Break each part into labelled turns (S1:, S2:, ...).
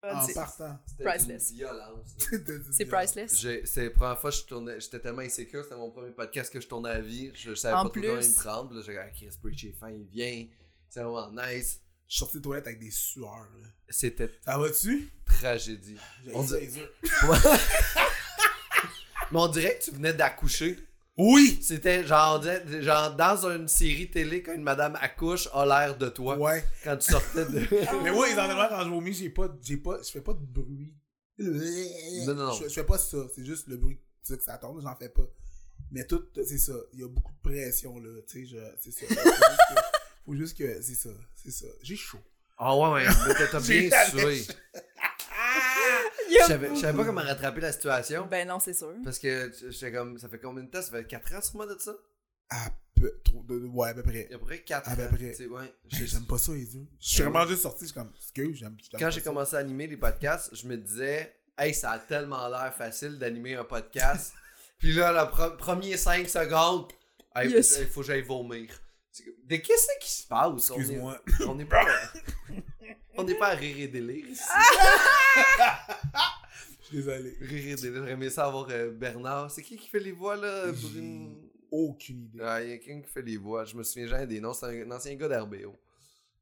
S1: En
S2: Ah, c'est-
S1: Ah, partant.
S3: C'était
S2: Priceless.
S3: une violence. là.
S2: C'est priceless.
S3: J'ai- C'est la première fois que je tournais, j'étais tellement insécure, c'était mon premier podcast que je tournais à vie, je, je savais
S2: En
S3: pas trop comment
S2: plus.
S3: il me prendre, là, j'ai dit, ah, Chris Preach est fin, il vient, c'est vraiment nice.
S1: Je suis sorti des toilettes avec des sueurs. là.
S3: C'était
S1: Ça va-tu?
S3: tragédie.
S1: J'ai
S3: On
S1: eu ça,
S3: dit-
S1: les yeux.
S3: Mais on dirait que tu venais d'accoucher.
S1: Oui!
S3: C'était genre, de- genre dans une série télé quand une madame accouche a l'air de toi.
S1: Ouais.
S3: Quand tu sortais de.
S1: Mais moi, les entraînements, quand je vomis, j'ai pas, j'ai pas, je fais pas de bruit.
S3: non, non.
S1: Je, je fais pas ça. C'est juste le bruit tu sais, que ça tombe, j'en fais pas. Mais tout, c'est ça. Il y a beaucoup de pression, là. Tu sais, je- c'est ça. Faut juste que- Faut juste que, c'est ça. C'est ça. J'ai chaud.
S3: Ah ouais, ouais, mais t'as- t'as
S1: J'ai
S3: bien
S1: la
S3: sué. Je savais je savais pas comment rattraper la situation.
S2: Ben non, c'est sûr.
S3: Parce que j'étais comme, ça fait combien de temps? Ça fait 4 ans sûrement de ça?
S1: À peu, trop de, ouais, à peu près.
S3: Il y a à peu près 4
S1: Ah, ben
S3: ans.
S1: après.
S3: tu sais, ouais.
S1: Hey,
S3: J'ai-
S1: J'aime pas ça, les yeux. Je suis
S3: Ben
S1: vraiment juste sorti, je suis comme, excuse, j'aime j'aime
S3: quand
S1: pas
S3: j'ai
S1: ça.
S3: commencé à animer les podcasts, je me disais, hey, ça a tellement l'air facile d'animer un podcast. Puis là, la pro- premier 5 secondes, hey,
S2: Yes.
S3: faut- hey, faut que j'aille vomir. C'est que- De qu'est-ce qui se passe? On est-
S1: Excuse-moi.
S3: On n'est pas. On n'est pas à rire et délire ici.
S1: Je suis désolé.
S3: Rire et délire. J'aurais aimé ça avoir euh, Bernard. C'est qui qui fait les voix là? pour une-
S1: Aucune idée.
S3: Ah, il y a quelqu'un qui fait les voix. Je me souviens jamais des noms. C'est un, un ancien gars d'RBO.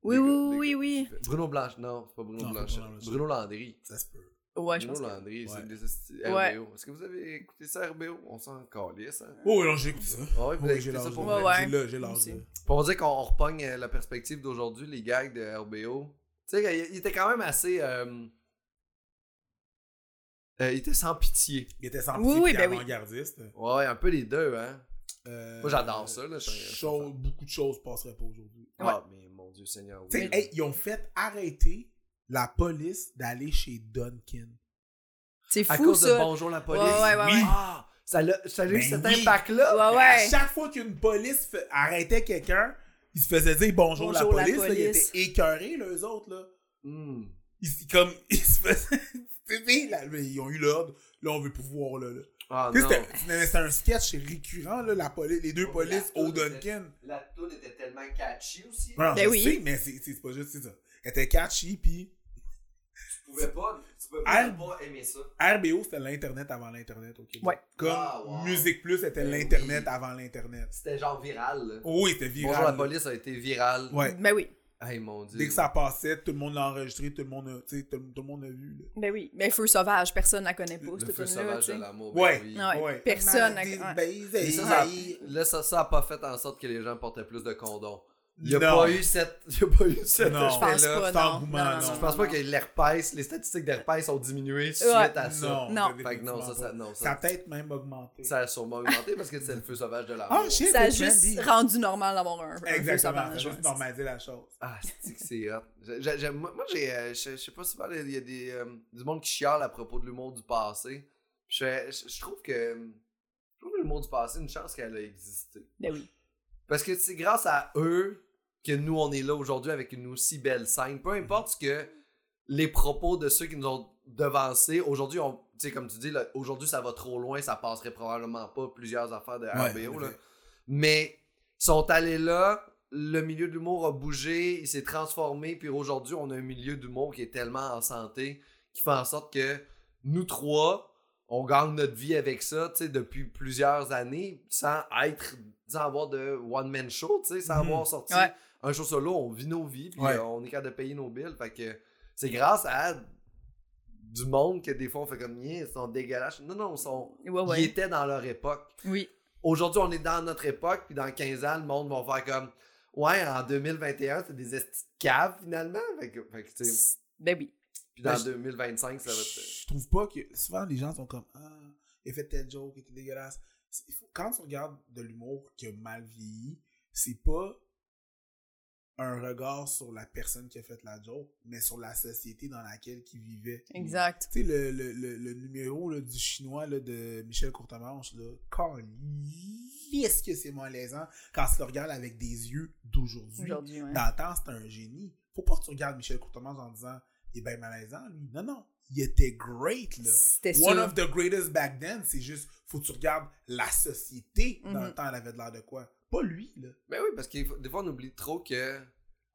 S2: Oui, oui,
S3: Des gars- des
S2: oui,
S3: gars
S2: oui.
S3: qui fait- Bruno Blanche. Non, c'est pas Bruno
S1: Non, pas
S3: Blanche.
S1: Bruno Blanchet.
S3: Bruno Landry.
S1: Ça se peut.
S2: Ouais, je pense
S3: Bruno
S2: que...
S3: Landry,
S1: Ouais.
S3: c'est des hosties- RBO.
S2: Ouais.
S3: Est-ce que vous avez écouté ça, RBO? On s'en calisse, hein?
S1: Oh, non, j'ai écouté ça.
S3: Ah ouais, vous
S1: Oh,
S3: avez
S1: j'ai
S3: écouté ça
S1: l'âge.
S3: pour
S2: Ouais,
S3: vrai?
S2: ouais.
S1: J'ai l'âge, j'ai
S2: Aussi.
S1: l'âge.
S3: Pour dire qu'on on repogne euh, la perspective d'aujourd'hui, les gags de RBO. Tu sais, il, il était quand même assez... euh, euh, il était sans pitié.
S1: Il était sans
S2: Oui,
S1: oui,
S2: oui,
S1: oui,
S2: ben oui.
S1: avant-gardiste.
S3: Ouais, un peu les deux, hein?
S1: Euh,
S3: Moi, j'adore ça, là, je-
S1: chose- beaucoup de choses passeraient pas aujourd'hui.
S2: Ouais.
S3: Ah, mais mon Dieu Seigneur,
S1: Tu
S3: oui.
S1: sais, hey, ils ont fait arrêter la police d'aller chez Duncan.
S2: C'est
S3: à
S2: fou,
S3: cause de
S2: ça.
S3: Bonjour la police.
S2: Ouais, ouais, ouais,
S1: Oui.
S2: ouais.
S3: Ah! Ça l'a- ça a eu
S1: Ben
S3: cet
S1: oui.
S3: impact-là?
S2: Ah Ouais,
S1: À
S2: ouais.
S1: chaque fois qu'une police fait- arrêtait quelqu'un, ils se faisaient dire bonjour, la
S2: Bonjour, la
S1: police. là, ils
S2: police.
S1: étaient écœurés, là, eux autres. Là.
S3: Hmm.
S1: Ils, ils- comme, ils se faisaient. Tu sais, là, mais ils ont eu l'ordre. Là, on veut pouvoir. Là, là.
S3: Ah
S1: Tu sais,
S3: non.
S1: c'était- c'était c'était un sketch récurrent, là, la police, les deux
S3: Oh,
S1: polices
S3: la
S1: au
S3: police.
S1: Duncan.
S3: La toune était tellement catchy aussi.
S1: Non,
S2: Ben
S1: je
S2: oui.
S1: sais, mais c'est c'est pas juste c'est ça. Elle était catchy, puis
S3: Tu pouvais pas, tu pouvais
S1: Ah.
S3: pas aimer ça.
S1: RBO, c'était l'Internet avant l'Internet au Québec.
S2: Ouais.
S1: Comme
S3: Ah, wow.
S1: Musique Plus était
S3: Ben
S1: l'Internet
S3: oui.
S1: avant l'Internet. Oh
S3: C'était genre viral, là.
S1: Oui, c'était viral.
S3: Bonjour la police a été viral.
S1: Ouais.
S2: Ben oui.
S3: Hey mon dieu.
S1: Dès que ça passait, tout le monde l'a enregistré, tout le monde, a- tu sais, tout, tout le monde l'a vu. là.
S2: Ben oui. Mais Feu Sauvage, personne la connaît pas,
S3: le
S2: cette
S3: feu
S2: tune-là,
S3: sauvage
S2: tu
S3: de
S2: sais.
S3: l'amour.
S1: Ouais.
S3: ben oui.
S2: Ah, Ouais. Personne n'a-
S1: Des
S2: ouais.
S1: baisers.
S3: Et ben, ça, ça- là, ça, ça a pas fait en sorte que les gens portaient plus de condoms. Il y a
S1: Non.
S3: pas eu cette. Il y a pas eu cette.
S1: Non.
S2: Je pense
S3: là,
S2: pas,
S1: c'est
S2: non.
S1: engouement, non.
S3: Je pense pas que l'herpès, les statistiques d'herpès ont diminué suite à ça.
S1: Non,
S2: Non.
S3: Fait que non, ça, ça,
S1: définitivement
S3: non,
S1: pas. Ça a
S3: ça,
S1: peut-être même augmenté.
S3: ça a sûrement augmenté parce que c'est le feu sauvage de l'amour.
S1: Ah, shit,
S2: Ça a
S1: c'est
S2: juste
S1: trendy.
S2: rendu normal d'avoir un, un Feu
S1: Exactement, ça a
S2: Sauvage. ouais,
S1: juste
S2: c'est-
S1: normalisé la chose.
S3: Ah, c'est que c'est hot. J'ai- j'ai- j'aime- moi, moi, j'ai, euh, je je sais pas souvent, il y a des, euh, du monde qui chiale à propos de l'humour du passé. Je, je- je trouve que je trouve que l'humour du passé, une chance qu'elle a existé.
S2: Ben oui.
S3: Parce que c'est grâce à eux que nous, on est là aujourd'hui avec une aussi belle scène. Peu importe ce que les propos de ceux qui nous ont devancés, aujourd'hui, on, tu sais, comme tu dis, là, aujourd'hui, ça va trop loin, ça passerait probablement pas plusieurs affaires de
S1: Ouais,
S3: RBO.
S1: ouais.
S3: là. Mais ils sont allés là, le milieu de l'humour a bougé, il s'est transformé, puis aujourd'hui, on a un milieu d'humour qui est tellement en santé, qui fait en sorte que nous trois, on gagne notre vie avec ça, tu sais, depuis plusieurs années, sans être, sans avoir de one-man show, tu sais, sans
S1: Mhm.
S3: avoir sorti
S2: Ouais.
S3: un show solo, on vit nos vies, puis
S1: Ouais.
S3: euh, on est capable de payer nos billes, fait que c'est grâce à du monde que des fois on fait comme, Yeah, ils sont dégueulasses. Non, non, ils sont,
S2: Ouais,
S3: ils
S2: ouais.
S3: étaient dans leur époque.
S2: Oui.
S3: Aujourd'hui, on est dans notre époque, puis dans 15 ans, le monde va faire comme Ouais, en 2021, c'est des estis de caves finalement. Fait que, fait que, tu sais,
S2: Ben oui.
S3: puis dans
S1: Ben, je-
S3: 2025, ça va être. euh,
S1: Je trouve pas que. Souvent, les gens sont comme Ah, il a fait tel joke, il était dégueulasse. C'est- il faut- quand tu regardes de l'humour qui a mal vieilli, c'est pas un regard sur la personne qui a fait la joke, mais sur la société dans laquelle il vivait.
S2: Exact.
S1: Tu sais, le, le, le, le numéro là, du chinois là, de Michel Courtemanche, là, calisse que c'est malaisant quand tu le regardes avec des yeux d'aujourd'hui.
S2: Aujourd'hui, ouais.
S1: Dans le temps, c'était un génie. Faut pas que tu regardes Michel Courtemanche en disant il est bien malaisant, lui. Non, non. Il était great, là.
S2: C'était
S1: One
S2: sûr.
S1: of the greatest back then. C'est juste, faut que tu regardes la société dans
S2: Mhm.
S1: le temps, elle avait de l'air de quoi. Pas lui, là.
S3: Ben oui, parce que des fois, on oublie trop que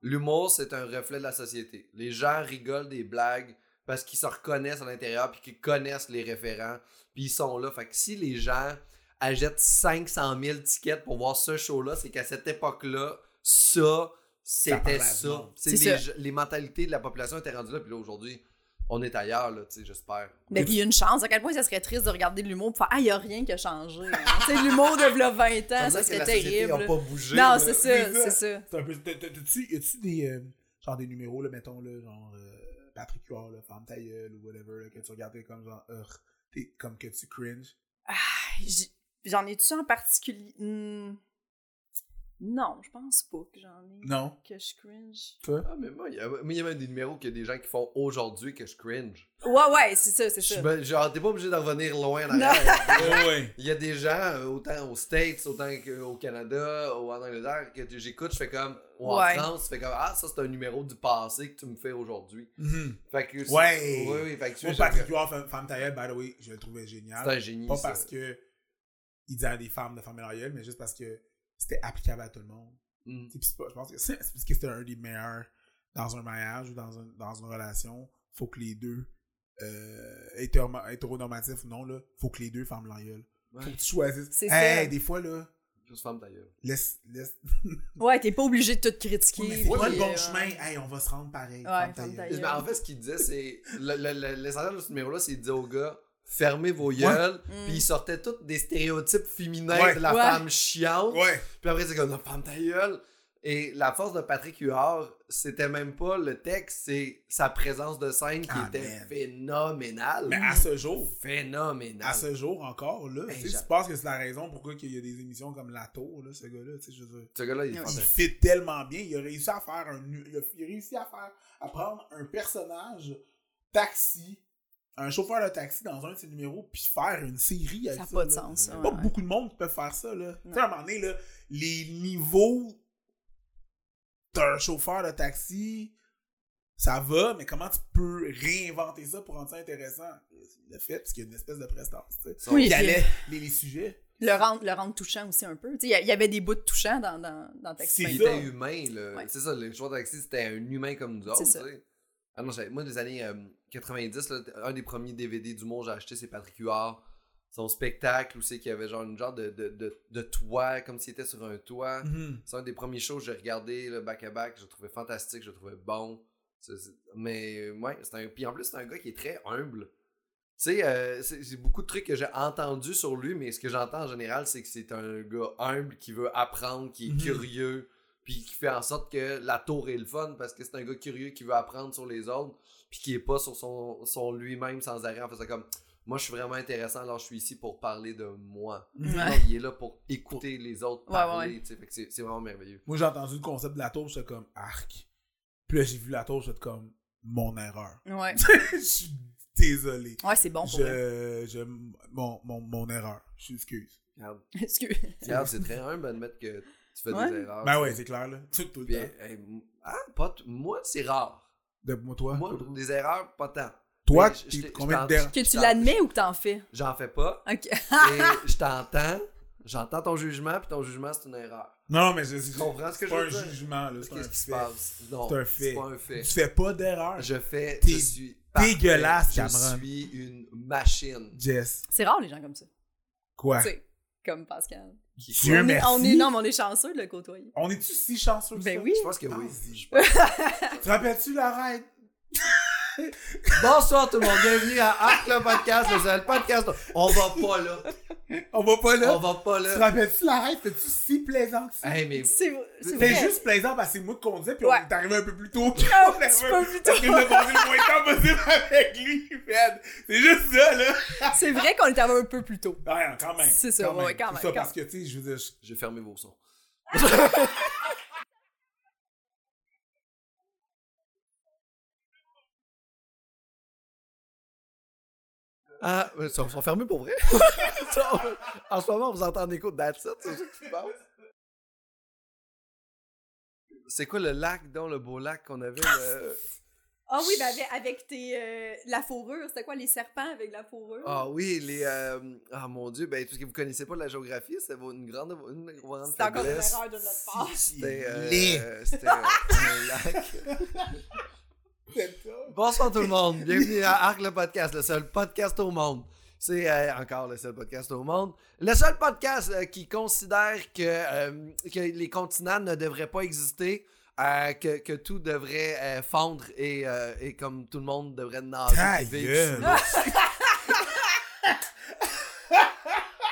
S3: l'humour, c'est un reflet de la société. Les gens rigolent des blagues parce qu'ils se reconnaissent à l'intérieur, puis qu'ils connaissent les référents, puis ils sont là. Fait que si les gens achètent 500 000 tickets pour voir ce show-là, c'est qu'à cette époque-là, ça,
S1: parlait
S3: c'était
S1: à tout le
S3: ça.
S1: monde.
S3: C'est
S2: C'est
S3: les,
S2: ça.
S3: je- les mentalités de la population étaient rendues là, puis là, aujourd'hui, on est ailleurs, là, tu sais, j'espère.
S2: Mais il y a une chance. À quel point ça serait triste de regarder de l'humour pour faire Ah, il n'y a rien qui a changé. hein. Tu sais, l'humour de v'là 20 ans, ça
S3: veut dire que
S2: serait
S3: la société a
S2: terrible.
S3: pas bougé.
S2: Non,
S3: là.
S2: c'est
S1: C'est
S2: ça,
S1: ça.
S2: c'est ça.
S1: C'est un peu. t'as- t'as- T'as-tu as-tu des. euh, genre des numéros, là, mettons, là, genre. euh, Patrick Huard, là, Femme ta gueule ou whatever, là, que tu regardais comme genre. euh, t'es- comme que tu cringe.
S2: J- J'en ai-tu en particulier Hmm. Non, je pense pas que j'en ai.
S1: Non.
S2: Que je cringe.
S1: Toi?
S3: Ah, mais moi, il y a, moi, il y a même des numéros qu'il y a des gens qui font aujourd'hui que je cringe.
S2: Ouais, ouais, c'est ça, c'est
S3: Je,
S2: ça.
S3: ben, genre, t'es pas obligé d'en revenir loin en
S2: Non.
S3: arrière.
S1: ouais.
S3: Il y a des gens, euh, autant aux States, autant qu'au Canada, ou en Angleterre, que tu- j'écoute, je fais comme. Ou en
S2: Ouais.
S3: France, je fais comme. Ah, ça, c'est un numéro du passé que tu me fais aujourd'hui. Fait que. c'est-
S1: Ouais.
S3: Oui, oui, fait que tu
S1: Mhm. Moi,
S3: sais,
S1: Patrick
S3: genre,
S1: Huard, Femme, femme ta gueule, by the way, je le trouvais génial.
S3: C'est un génie.
S1: hein. Pas
S3: ça.
S1: parce que. Il disait à des femmes de fermer leur gueule, mais juste parce que c'était applicable à tout le monde.
S3: Mm.
S1: Tu sais, pis c'est pas- je pense que c'est c'est parce que c'était un des meilleurs dans un mariage ou dans, un- dans une relation. Faut que les deux, euh, hétéro- hétéronormatifs ou non, là, faut que les deux ferment leur gueule.
S3: Ouais.
S1: Faut que tu choisisses.
S2: C'est
S1: Hey,
S2: ça.
S1: des fois, là,
S3: Juste ferme ta gueule.
S1: laisse. laisse...
S2: Ouais, t'es pas obligé de tout critiquer.
S1: Ouais, mais c'est
S2: puis,
S1: pas le bon
S2: euh,
S1: chemin. Hey, on va se rendre pareil.
S2: Ouais,
S1: Ferme ta
S2: ferme ta
S1: gueule.
S2: gueule.
S3: Mais en fait, ce qu'il disait, c'est. le- le- le- L'essentiel de ce numéro-là, c'est de dire aux gars. Fermez vos gueules,
S2: Mm.
S3: puis ils sortaient tous des stéréotypes féminins
S1: Ouais.
S3: de la
S2: Ouais.
S3: femme chiante.
S1: Ouais.
S3: Puis après, c'est comme, ferme ta gueule. Et la force de Patrick Huard, c'était même pas le texte, c'est sa présence de scène qui
S1: Ah,
S3: était
S1: man.
S3: phénoménale.
S1: Mais à ce jour,
S3: Phénoménale.
S1: à ce jour encore, là,
S3: Hey,
S1: tu sais,
S3: j'a-
S1: tu penses que c'est la raison pourquoi il y a des émissions comme La Tour, là, ce gars-là, tu sais, je veux dire.
S3: Ce gars-là, il est
S2: Oui.
S1: Il
S3: fantastique.
S1: fit tellement bien. Il a réussi à faire un. nu- Il a, il a réussi à faire. à prendre un personnage taxi, un chauffeur de taxi dans un de ses numéros, puis faire une série avec
S2: Ça
S1: ça.
S2: n'a pas de
S1: là.
S2: sens. ça,
S1: Pas
S2: ouais.
S1: beaucoup de monde qui peut faire ça, là. Tu
S2: Non.
S1: sais, à un moment donné, là, les niveaux d'un chauffeur de taxi, ça va, mais comment tu peux réinventer ça pour rendre ça intéressant? Le fait, parce qu'il y a une espèce de prestance, tu sais.
S3: Son-
S2: Oui,
S1: Il
S2: puis,
S1: allait les, les sujets.
S2: le, rendre, le rendre touchant aussi un peu. Tu sais, Il y a- il y avait des bouts de touchant dans, dans, dans
S1: C'est
S2: Taxi
S3: Il
S2: Driver.
S1: ça.
S3: était humain, là.
S2: Ouais.
S3: C'est ça, le joueur de taxi, c'était un humain comme nous autres,
S2: C'est ça.
S3: tu sais. Ah non, j'avais- moi, des années euh, 90, là, un des premiers DVD du monde que j'ai acheté, c'est Patrick Huard. Son spectacle où c'est qu'il y avait genre une genre de, de, de, de toit, comme s'il était sur un
S2: Ah.
S3: toit.
S1: Mhm.
S3: C'est un des premiers shows que j'ai regardé, le back à back, je le trouvais fantastique, je le trouvais bon. C'est- c'est- Mais ouais, c'est un. Puis en plus, c'est un gars qui est très humble. Tu sais, euh, c'est c'est beaucoup de trucs que j'ai entendus sur lui, mais ce que j'entends en général, c'est que c'est un gars humble qui veut apprendre, qui est
S1: Mhm.
S3: curieux, puis qui fait en sorte que la tour est le fun parce que c'est un gars curieux qui veut apprendre sur les autres, puis qui est pas sur son, son lui-même sans arrêt en faisant comme moi je suis vraiment intéressant, alors je suis ici pour parler de moi.
S2: Ouais.
S3: Non, il est là pour écouter les autres
S2: Ouais,
S3: parler.
S2: ouais,
S3: tu sais, fait que C'est c'est vraiment merveilleux.
S1: Moi, j'ai entendu le concept de la tour, j'étais comme arc. Puis là, j'ai vu la tour, j'étais comme mon erreur.
S2: Ouais,
S1: je suis désolé.
S2: ouais c'est bon pour vrai.
S1: je, je- mon, mon, mon erreur. Je m'excuse.
S3: Regarde,
S2: Excuse.
S3: regarde, c'est très humble d'admettre que tu fais des
S2: Ouais.
S3: erreurs.
S1: Ben ouais, c'est clair, là. Tout, tout le
S3: Puis,
S1: temps.
S3: hey, m- ah, pas t- moi, c'est rare.
S1: De, moi, toi.
S3: Moi, des erreurs, pas tant.
S1: toi,
S3: mais je-
S1: t'es
S3: je t'ai-
S1: combien
S3: je
S1: de
S3: t'en-
S1: erreurs?
S2: Que tu
S3: Non.
S2: l'admets ou que t'en fais?
S3: J'en fais pas.
S2: Ok.
S3: Et je t'entends, j'entends ton jugement, puis ton jugement, c'est une erreur.
S1: Non, mais je, je-
S3: Tu comprends ce
S1: c'est
S3: que je
S1: pas
S3: veux
S1: un
S3: dire?
S1: jugement, là. C'est un
S3: Qu'est-ce qui se
S1: fait.
S3: passe? Non,
S1: C'est un fait.
S3: c'est pas un fait.
S1: Tu fais pas d'erreur,
S3: Je fais,
S1: T'es
S3: je suis parfait.
S1: dégueulasse, Cameron.
S3: Je suis une machine.
S1: Jess.
S2: C'est rare les gens comme ça.
S1: Quoi?
S2: Tu sais, comme Pascal.
S3: Qui-
S1: Dieu
S2: on, est,
S1: merci.
S2: on est- non, mais on est chanceux de le côtoyer.
S1: On est-tu si chanceux que
S2: Ben
S1: ça?
S2: oui.
S3: Je pense que oui.
S1: Vas-y.
S3: Je pense-
S1: Te rappelles-tu la reine?
S3: Bonsoir tout le monde, bienvenue à Arc le podcast, le seul podcast. On va pas là,
S1: On va pas
S3: on
S1: là.
S3: va pas
S1: Tu
S3: là.
S1: te rappelles-tu la reine? T'es-tu si plaisant que ça?
S3: Hey, mais
S2: C'est c'est
S1: C'était
S2: vrai.
S1: juste plaisant parce que c'est moi qui conduisais, puis
S2: Ouais.
S1: on est arrivé un peu plus tôt.
S2: Un petit peu plus
S1: Parce que
S2: tôt.
S1: j'ai passé le moins de temps possible avec lui, man. C'est juste ça, là.
S2: C'est vrai qu'on était un peu plus tôt.
S1: Ouais, quand même.
S2: C'est ça, ouais, quand
S1: C'est ça,
S2: même,
S1: parce que, tu sais, je veux dire, je-
S3: j'ai fermé vos sons. Ah, ils sont, sont fermés pour vrai? en ce moment, on vous entend en écho de That's It, c'est ça qui se passe? C'est quoi le lac, dont le beau lac qu'on avait? le-
S2: Ah oui, ben avec, avec tes, euh, la fourrure, c'était quoi les serpents avec la fourrure?
S3: Ah oui, les. euh, Ah mon dieu, ben, parce que vous connaissez pas la géographie, c'est une grande, une grande
S2: C'est encore une
S3: faiblesse. euh,
S2: erreur de notre part.
S1: si,
S3: C'était euh,
S1: laid.
S3: c'était, euh, un lac.
S1: C'est ça.
S3: Bonsoir tout le monde, bienvenue à Arc le podcast, le seul podcast au monde. C'est euh, encore le seul podcast au monde. Le seul podcast euh, qui considère que, euh, que les continents ne devraient pas exister, euh, que, que tout devrait euh, fondre et, euh, et comme tout le monde devrait nager.
S1: Ta
S3: et vivre
S1: gueule.
S3: sous l'eau.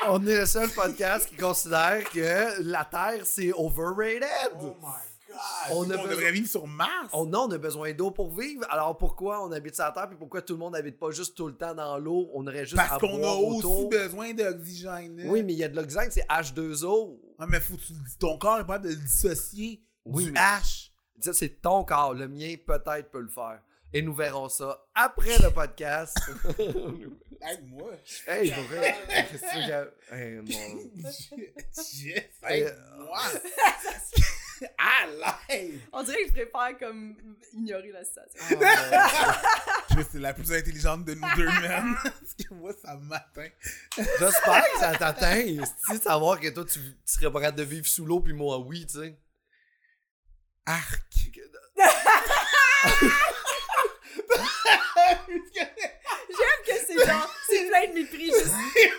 S3: On est le seul podcast qui considère que la Terre, c'est overrated.
S1: Oh my god.
S3: On
S1: On,
S3: a besoin-
S1: devrait vivre sur Mars.
S3: On, non, on a besoin d'eau pour vivre. Alors pourquoi on habite sur la Terre et pourquoi tout le monde n'habite pas juste tout le temps dans l'eau? On aurait juste à
S1: Parce qu'on a
S3: boire
S1: aussi
S3: autour.
S1: besoin d'oxygène.
S3: Oui, mais il y a de l'oxygène, c'est H2O.
S1: Ah, mais faut que tu le dis. ton corps est capable de le dissocier
S3: Oui,
S1: du
S3: mais-
S1: H.
S3: Ça, c'est ton corps. Le mien, peut-être, peut le faire. Et nous verrons ça après le podcast.
S1: Aide-moi.
S3: hey, pour vrai, qu'est-ce que tu veux que- Hey, mon-
S1: Yes, aide-moi. À l'aide.
S2: On dirait qu'il préfère comme ignorer la situation.
S3: Ah, mon-
S1: Je vais- C'est la plus intelligente de nous deux, même. Parce que moi, ça m'atteint.
S3: J'espère que ça t'atteint. esti, de savoir que toi, tu, tu serais prêt de vivre sous l'eau, puis moi, oui, tu sais.
S1: Arc.
S2: J'aime que c'est genre, c'est plein de mépris. Juste...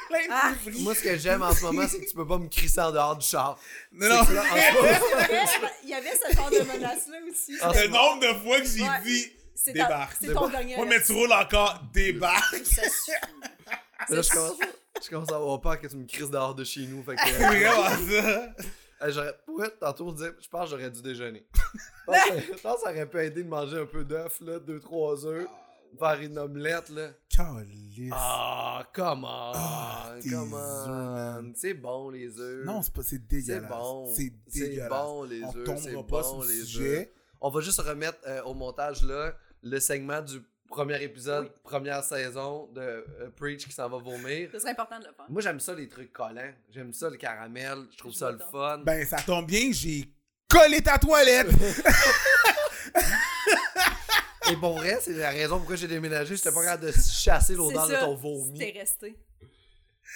S1: Plein de
S2: Ah,
S1: bruit.
S3: Moi, ce que j'aime en ce moment, c'est que tu peux pas me crisser en dehors du char.
S1: Non,
S3: C'est
S1: non.
S3: que là, en ce moment-
S2: C'est vrai, il y avait ce genre de menace-là aussi.
S3: Ah,
S1: Le nombre de fois que j'ai
S2: Ouais.
S1: dit
S2: C'est ta-
S1: débarque.
S2: C'est ton dernier.
S1: Ouais, mais tu roules encore débarque.
S2: Ça suffit.
S3: Là, je commence, je commence à avoir peur que tu me crises dehors de chez nous. Fait que,
S1: C'est vraiment ça.
S3: Euh, j'aurais, pour être tantôt, dire, je pense que j'aurais dû déjeuner. Je pense que- je pense que ça aurait pu aider de manger un peu d'œufs, là, deux, trois œufs, faire une omelette, là.
S1: Calice.
S3: Ah, come on!
S1: Ah, tes
S3: come
S1: œufs,
S3: on!
S1: man.
S3: C'est bon, les œufs.
S1: Non, c'est pas, c'est
S3: c'est
S1: dégueulasse.
S3: bon.
S1: C'est
S3: C'est
S1: dégueulasse.
S3: bon, les
S1: On
S3: œufs. C'est
S1: tombera pas
S3: bon,
S1: sur le
S3: les œufs.
S1: sujet.
S3: On va juste remettre euh, au montage, là, le segment du premier épisode, première saison de euh, Preach qui s'en va vomir.
S2: Ce serait important de le faire.
S3: Moi, j'aime ça, les trucs collants. J'aime ça, le caramel. Je trouve
S2: Je
S3: ça le
S2: m'entends.
S3: fun.
S1: Ben, ça tombe bien, j'ai collé ta toilette.
S3: Et pour vrai, c'est la raison pourquoi j'ai déménagé. J'étais pas capable de chasser l'odeur
S2: C'est
S3: de
S2: ça,
S3: ton vomi.
S2: C'était resté.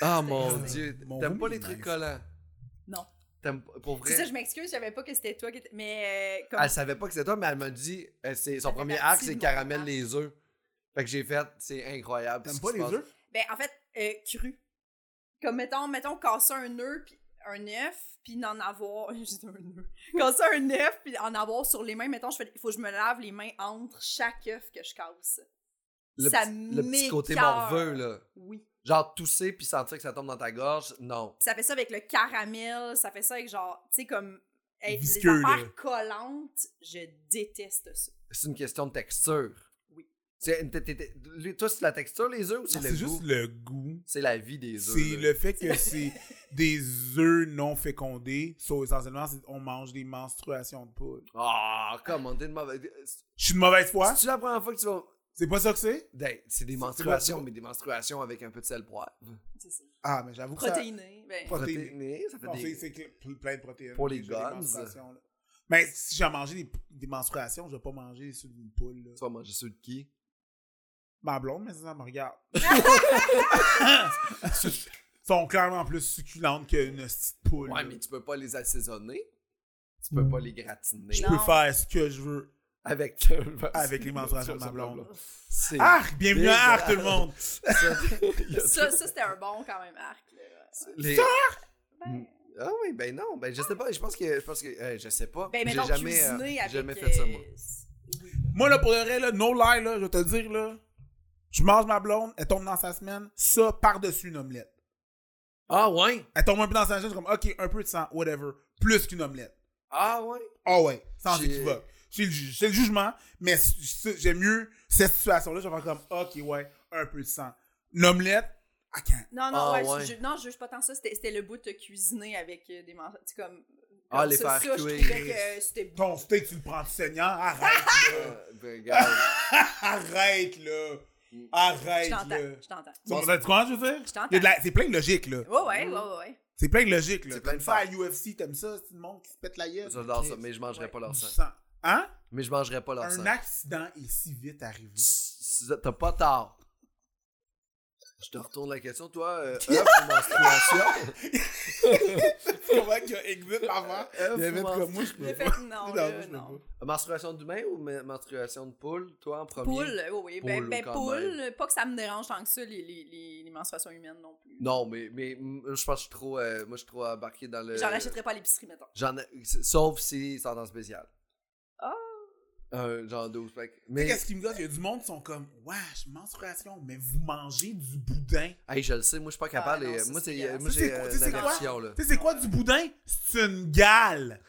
S3: Ah mon
S1: c'était-
S3: dieu.
S1: Mon
S3: T'aimes
S1: vomi,
S3: pas les
S1: il est
S3: trucs
S1: nice.
S3: collants?
S2: Non.
S3: T'aimes pas- Pour
S2: C'est ça,
S3: vrai.
S2: je m'excuse, je savais pas que c'était toi qui étais. Mais euh, comme.
S3: Elle savait pas que c'était toi, mais elle m'a dit euh, c'est
S2: Ça
S3: son
S2: fait
S3: premier
S2: partie
S3: arc, c'est
S2: de mon
S3: caramel
S2: arc.
S3: les œufs. Fait que j'ai fait, c'est incroyable. ce
S1: T'aimes
S3: qui
S1: pas
S3: se
S1: les
S3: passe.
S1: œufs?
S2: Ben, en fait, euh, cru. Comme, mettons, mettons, casser un œuf, puis un œuf, puis en avoir. J'ai dit un œuf. Casser un œuf, puis en avoir sur les mains. Mettons, je fais- il faut que je me lave les mains entre chaque œuf que je casse.
S3: Le,
S2: Ça
S3: petit, le petit côté
S2: m'écoeure.
S3: morveux, là.
S2: Oui.
S3: Genre tousser puis sentir que ça tombe dans ta gorge, non.
S2: Puis ça fait ça avec le caramel, ça fait ça avec genre, tu sais, comme. hey, les
S1: Visqueux, là.
S2: affaires collantes, je déteste ça.
S3: C'est une question de texture.
S2: Oui.
S3: C'est une- t'es- t'es- t'es- les- Toi, c'est la texture, les œufs, ou c'est
S1: Non,
S3: le
S1: C'est
S3: goût?
S1: juste le goût.
S3: C'est la vie des œufs.
S1: C'est
S3: là.
S1: le fait que c'est des œufs non fécondés. So, essentiellement, c'est- on mange des menstruations de poule.
S3: Ah, comment t'es de mauvaise.
S1: Je suis de mauvaise foi?
S3: C'est-tu la première fois que tu vas.
S1: C'est pas ça que c'est?
S3: Ben, c'est des
S1: C'est
S3: menstruations,
S1: pas-
S3: mais des menstruations avec un peu de sel poivre.
S2: C'est ça.
S1: Ah, mais j'avoue que ça...
S2: Protéiné. Ben,
S1: Proté-
S3: Protéinées, ça fait
S1: Non,
S3: des.
S1: c'est- c'est que ple- plein de protéines.
S3: Pour les
S1: J'ai des
S3: gods.
S1: menstruations, là. Mais si j'ai mangé des, des menstruations, je vais pas manger ceux d'une poule. Là.
S3: Tu vas manger ceux de qui
S1: Ma blonde, mais ça, ça me regarde. sont clairement plus succulentes qu'une petite poule. Hmm.
S3: Ouais,
S1: là.
S3: mais tu peux pas les assaisonner. Tu peux pas les gratiner.
S1: Je
S2: Non.
S1: peux faire ce que je veux
S3: Avec,
S1: avec les menstruations de ma blonde. Ah!
S3: C'est.
S1: Arc! Bienvenue à Arc, tout le monde!
S2: ça, ça c'était un bon quand même arc. là.
S3: Les-
S2: Ben,
S3: Ah oui, ben non, ben je sais pas, je pense que, je pense que, euh, je sais pas,
S2: ben
S3: j'ai
S2: mettons,
S3: jamais, euh,
S2: cuisiner avec.
S3: jamais fait ça moi.
S2: euh, s- oui.
S1: Moi, là, pour le vrai, là, no lie, là, je vais te le dire, là, je mange ma blonde, elle tombe dans sa semaine, ça, par-dessus une omelette.
S3: Ah ouais,
S1: Elle tombe un peu dans sa semaine, je suis comme, ok, un peu de sang, whatever, plus qu'une omelette.
S3: ah ouais,
S1: Ah ouais, sans
S3: J'ai-
S1: équivoque. C'est le, ju- c'est le jugement, mais c- c- j'aime mieux cette situation-là, je vais faire comme, ok, ouais, un peu de sang. Une omelette, I can't.
S2: Non, non,
S3: Ah,
S2: ouais,
S3: ouais.
S2: Je, je- non, je juge pas tant ça. C'était c'était le bout de cuisiner avec euh, des manches. Tu sais, comme.
S3: Ah,
S2: comme
S3: les
S2: ça,
S3: faire
S2: ça, je
S3: cuire.
S2: trouvais que euh, c'était bon.
S1: Ton steak, tu le prends du seigneur, arrête, là.
S3: Euh, ben, regarde,
S2: Ah!
S1: Arrête, là.
S3: Mm.
S2: Je
S1: Arrête, là.
S2: t'entends, je t'entends.
S1: Tu comprends ce que je veux dire?
S2: Je t'entends.
S1: Il y a de la- C'est plein de logique, là.
S2: Ouais, ouais, ouais, ouais.
S1: C'est plein de logique, là.
S3: C'est plein de
S1: T'aimes ça à UFC, t'aimes ça, c'est le monde qui se pète la gueule.
S3: j'adore ça, mais je mangerai
S2: Ouais.
S3: pas leur
S1: Du
S3: sang,
S1: sang. Hein?
S3: mais je mangerai pas leur
S1: Un
S3: sang.
S1: accident est si vite arrivé.
S3: Tu- tu- T'as pas tort. Je te retourne la question, toi, euh, œuf ou menstruation?
S1: Comment qu'il y a exit avant?
S3: Œuf
S1: Il y avait de
S3: ou menstru-
S1: comme moi, je peux
S2: Le
S1: pas.
S2: fait, non,
S1: Non,
S2: là,
S1: moi, je peux
S2: non.
S1: pas.
S3: Menstruation d'humain ou me- menstruation de poule, toi en premier?
S2: Poule, oui, oui. Ben,
S3: Poule,
S2: ben,
S3: quand
S2: poule, pas que ça me dérange tant que ça, les, les, les, les menstruations humaines non plus.
S3: Non, mais, mais mm, je pense que je suis trop, euh, moi, je suis trop embarqué dans le.
S2: J'en achèterais pas à l'épicerie, mettons.
S3: J'en ai- Sauf si c'est en spécial.
S2: Ah.
S3: Un genre 12 pack.
S1: Mais
S3: Mais,
S1: Qu'est-ce qu'ils me disent? Il y a du monde qui sont comme, wesh, menstruation, mais vous mangez du boudin.
S3: hey, je le sais, moi, je suis pas capable.
S2: Ah, non,
S3: et-
S2: ça,
S3: moi,
S2: c'est
S3: c'est-
S2: dégueulasse.
S3: moi,
S1: Ça,
S3: j'ai
S1: c'est quoi-
S3: euh,
S1: tu sais,
S3: une
S1: c'est quoi?
S3: aversion, là.
S1: Tu sais, c'est quoi du boudin? C'est une gale.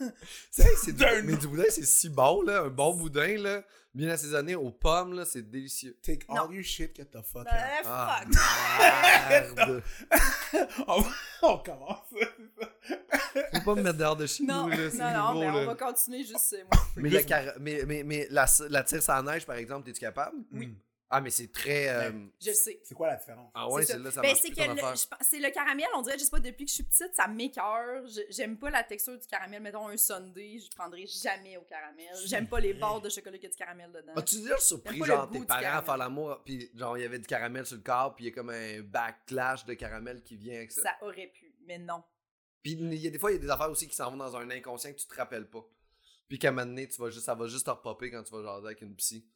S3: Tu sais, c'est du-
S1: D'un-
S3: Mais du boudin, c'est si bon, là. Un bon boudin, là. Bien assaisonné aux pommes, là. C'est délicieux.
S1: Take all
S2: Non.
S1: your shit que t'as fuck.
S2: Ben,
S3: Ah,
S2: fuck.
S3: merde.
S1: on, on commence.
S3: Faut pas me mettre dehors de chez
S2: Non,
S3: nous, là. C'est
S2: non, non,
S3: nouveau,
S2: mais
S3: là.
S2: on va continuer juste. euh, moi.
S3: Mais, la car- mais, mais, mais la, la tire sans neige, par exemple, es-tu capable?
S2: Mm.
S1: Oui.
S3: Ah, mais c'est très. euh,
S1: Ben,
S2: Je le sais.
S1: Hmm. C'est quoi la différence?
S3: Ah ouais,
S2: c'est ça.
S3: celle-là, ça
S2: Ben,
S3: marche
S2: c'est
S3: plus
S2: que
S3: ton
S2: le,
S3: affaire.
S2: je pense- c'est le caramel, on dirait, je sais pas, depuis que je suis petite, ça m'écoeure. Je- J'aime pas la texture du caramel. Mettons un sundae, je prendrai jamais au caramel. J'aime pas les barres de chocolat qui a du caramel dedans.
S3: As-tu déjà surpris,
S2: J'aime pas le
S3: genre,
S2: goût
S3: tes
S2: du
S3: parents à
S2: caramel.
S3: faire l'amour, puis genre, il y avait du caramel sur le corps, puis il y a comme un backlash de caramel qui vient avec ça?
S2: Ça aurait pu, mais non.
S3: Puis il y a des fois, il y a des affaires aussi qui s'en vont dans un inconscient que tu te rappelles pas. Puis qu'à un moment donné, tu vas juste, ça va juste te repopper quand tu vas jaser avec une psy.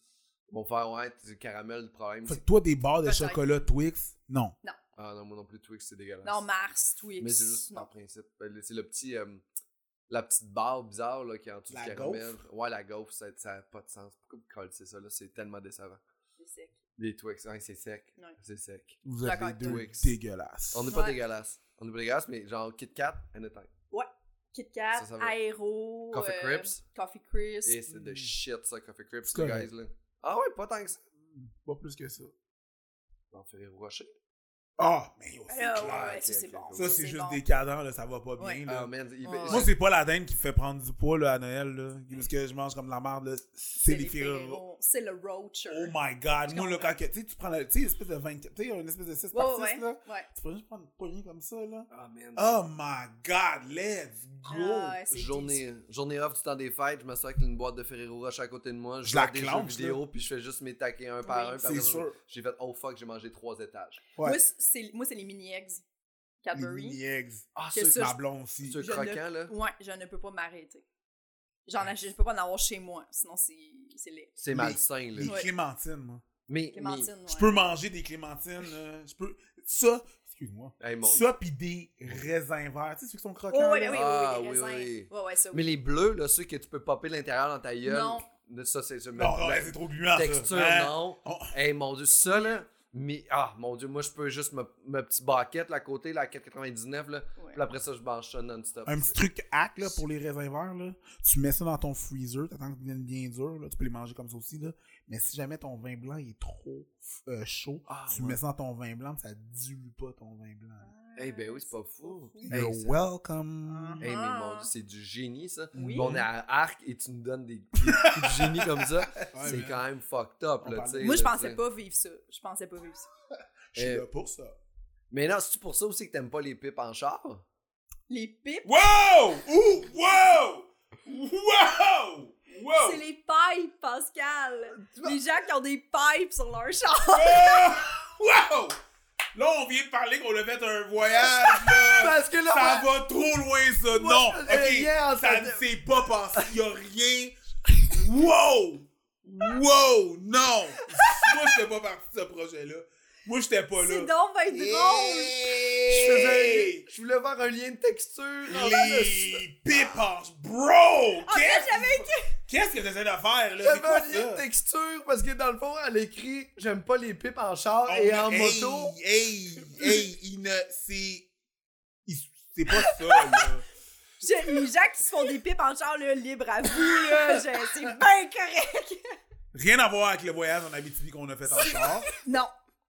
S3: Ils vont faire, ouais, du caramel, le problème.
S1: Fait
S3: c'est-
S1: que toi, des barres de
S2: Peut-être.
S1: chocolat Twix, non.
S3: Ah non, moi non plus, Twix, c'est dégueulasse.
S2: Non, Mars, Twix.
S3: Mais c'est juste
S2: non.
S3: par principe. Ben, le- C'est le petit. euh, la petite barre bizarre là, qui est en dessous
S1: La
S3: du caramel.
S1: gaufre?
S3: Ouais, la gaufre, ça n'a pas de sens. Pourquoi vous collez ça là? C'est tellement décevant.
S2: C'est sec.
S3: Les Twix, hein, c'est sec.
S2: Ouais.
S3: C'est sec.
S1: Vous
S2: Je suis
S1: êtes
S2: d'accord
S1: les
S2: avec
S1: deux
S3: Twix.
S1: dégueulasses.
S3: On n'est pas
S2: Ouais.
S3: dégueulasse. On n'est pas dégueulasse, mais genre Kit Kat, anytime.
S2: Kit Kat,
S3: Ça, ça va.
S2: Aero,
S3: Coffee
S2: euh,
S3: Crisp.
S2: Coffee Crisp.
S3: Et c'est de shit ça, Coffee Crips,
S1: C'est
S3: les
S1: correct.
S3: guys là. Ah ouais, pas tant que ça.
S1: Pas plus que ça.
S3: On fait rocher.
S1: Ah, mais yo, c'est
S2: Ah, ouais,
S1: clair.
S2: ouais, ça,
S3: ok,
S2: c'est
S3: ok,
S2: bon.
S3: ok.
S1: Ça, c'est juste
S2: bon.
S1: des cadans, là, ça va pas
S2: Ouais.
S1: bien. Là.
S3: Ah man, il-
S2: Ouais.
S1: Moi, c'est pas la dinde qui me fait prendre du poids là, à Noël, là, parce que je mange comme de la merde. là. C'est les Ferrero.
S2: Ferrero. C'est le Roacher.
S1: Oh my god,
S2: Je
S1: moi, là,
S2: comprends.
S1: quand que- tu sais, tu prends la, tu sais, espèce de 24, tu sais, une espèce de 6
S2: Ouais,
S1: par 6,
S2: ouais, ouais.
S1: là.
S2: ouais.
S1: Tu peux juste prendre une poignée comme ça, là.
S3: Ah man.
S1: Oh my god, let's go!
S2: Ah, ouais, c'est
S3: Journée, journée off du temps des fêtes, je m'assois avec une boîte de Ferrero Rocher à côté de moi, je,
S1: Je
S3: joue à
S1: la
S3: des
S1: clenche,
S3: jeux vidéo, puis je fais juste mes taquets un
S2: Oui.
S3: par un. puis
S1: C'est
S3: après,
S1: sûr.
S3: J'ai fait oh fuck, j'ai mangé trois étages.
S1: Ouais.
S2: Moi, c'est- Moi, c'est les mini-eggs.
S1: Les
S2: Cadbury.
S1: mini eggs.
S3: Ah
S2: Que
S3: ceux,
S2: ça,
S1: Ma
S2: je-
S1: blonde aussi.
S3: ceux
S2: je
S3: croquants
S2: ne-
S3: là,
S2: Ouais, je ne peux pas m'arrêter. J'en ai- je peux pas en avoir chez moi, sinon c'est c'est laid.
S3: c'est malsain là.
S1: Les
S2: Ouais.
S1: clémentines, moi.
S3: Mais,
S2: Clémentine, ouais.
S1: Je peux manger des clémentines, là. Je peux. Ça, excuse-moi.
S3: mais, hey, mon-
S1: Ça, pis des raisins verts. Tu sais, ceux qui sont
S2: Oh,
S1: croquants.
S2: oui,
S1: là.
S2: oui, oui,
S3: Ah,
S2: oui, les
S3: oui,
S2: raisins.
S3: oui.
S2: Ouais, ouais, ça, oui.
S3: mais les bleus là, ceux que tu peux popper l'intérieur dans ta gueule.
S2: Non.
S3: de- Ça c'est ça,
S1: Non,
S3: la-
S1: ouais, c'est trop gluant, ça.
S3: texture
S1: Hein?
S3: non.
S1: Oh.
S3: Hey mon dieu, ça là, mais ah mon dieu, moi je peux juste me, ma petite baquette là à côté là à 4.99 là,
S2: Ouais.
S3: puis après ça je mange ça non stop.
S1: Un petit truc hack, là, pour les raisins verts, là. Tu mets ça dans ton freezer, t'attends qu'ils deviennent bien durs, là. Tu peux les manger comme ça aussi, là. Mais si jamais ton vin blanc il est trop euh, chaud,
S3: Ah,
S1: tu
S3: ouais.
S1: mets ça dans ton vin blanc, ça dilue pas ton vin blanc.
S3: Eh ben oui, c'est pas fou.
S2: C'est
S3: Hey,
S1: You're
S3: ça-
S1: welcome.
S3: Hey, mais
S2: Ah.
S3: mon dieu, c'est du génie, ça.
S2: Oui.
S3: Puis On est à Arc et tu nous donnes des coups de génie comme ça.
S1: Ouais,
S3: c'est
S1: mais-
S3: quand même fucked up,
S1: On
S3: là,
S1: parle-
S3: tu sais.
S2: Moi, je
S3: là,
S2: pensais
S3: tu sais.
S2: pas vivre ça. Je pensais pas vivre ça.
S1: Je suis
S3: Euh,
S1: là pour ça.
S3: Mais non, c'est pour ça aussi que t'aimes pas les pipes en char?
S2: Les pipes,
S1: Wow! Ouh! Wow! Wow! Wow!
S2: c'est les pipes, Pascal. Les gens qui ont des pipes sur leur char.
S1: Wow! Là, on vient de parler qu'on a fait un voyage, là.
S3: Parce que là,
S1: Ça va trop loin, ça.
S3: Moi,
S1: non,
S3: je
S1: ok.
S3: faisais rien en
S1: ça
S3: fait
S1: ne
S3: de-
S1: s'est pas passé. Il a rien. Wow! Wow! Non! Moi, je fais pas partie de ce projet-là. Moi, j'étais pas là.
S2: C'est donc ben drôle.
S3: je,
S1: Hey!
S3: faisais- je voulais voir un lien de texture. en plus.
S1: Les pipanches, bro!
S2: En fait,
S1: Qu'est-ce
S2: Ah, j'avais écrit.
S1: qu'est-ce que t'essaies de faire, là? C'est
S3: J'avais
S1: quoi
S3: un lien de
S1: ça?
S3: texture parce que dans le fond, elle écrit J'aime pas les pipes en char et
S1: Oh,
S3: en
S1: Ah, hey,
S3: moto.
S1: Hey, hey, il ne. C'est. il- C'est pas ça, là.
S2: J'ai- Les gens qui se font des pipes en char, là, libre à vous, là. je- C'est bien correct.
S1: Rien à voir avec le voyage en Abitibi qu'on a fait encore.
S2: Non,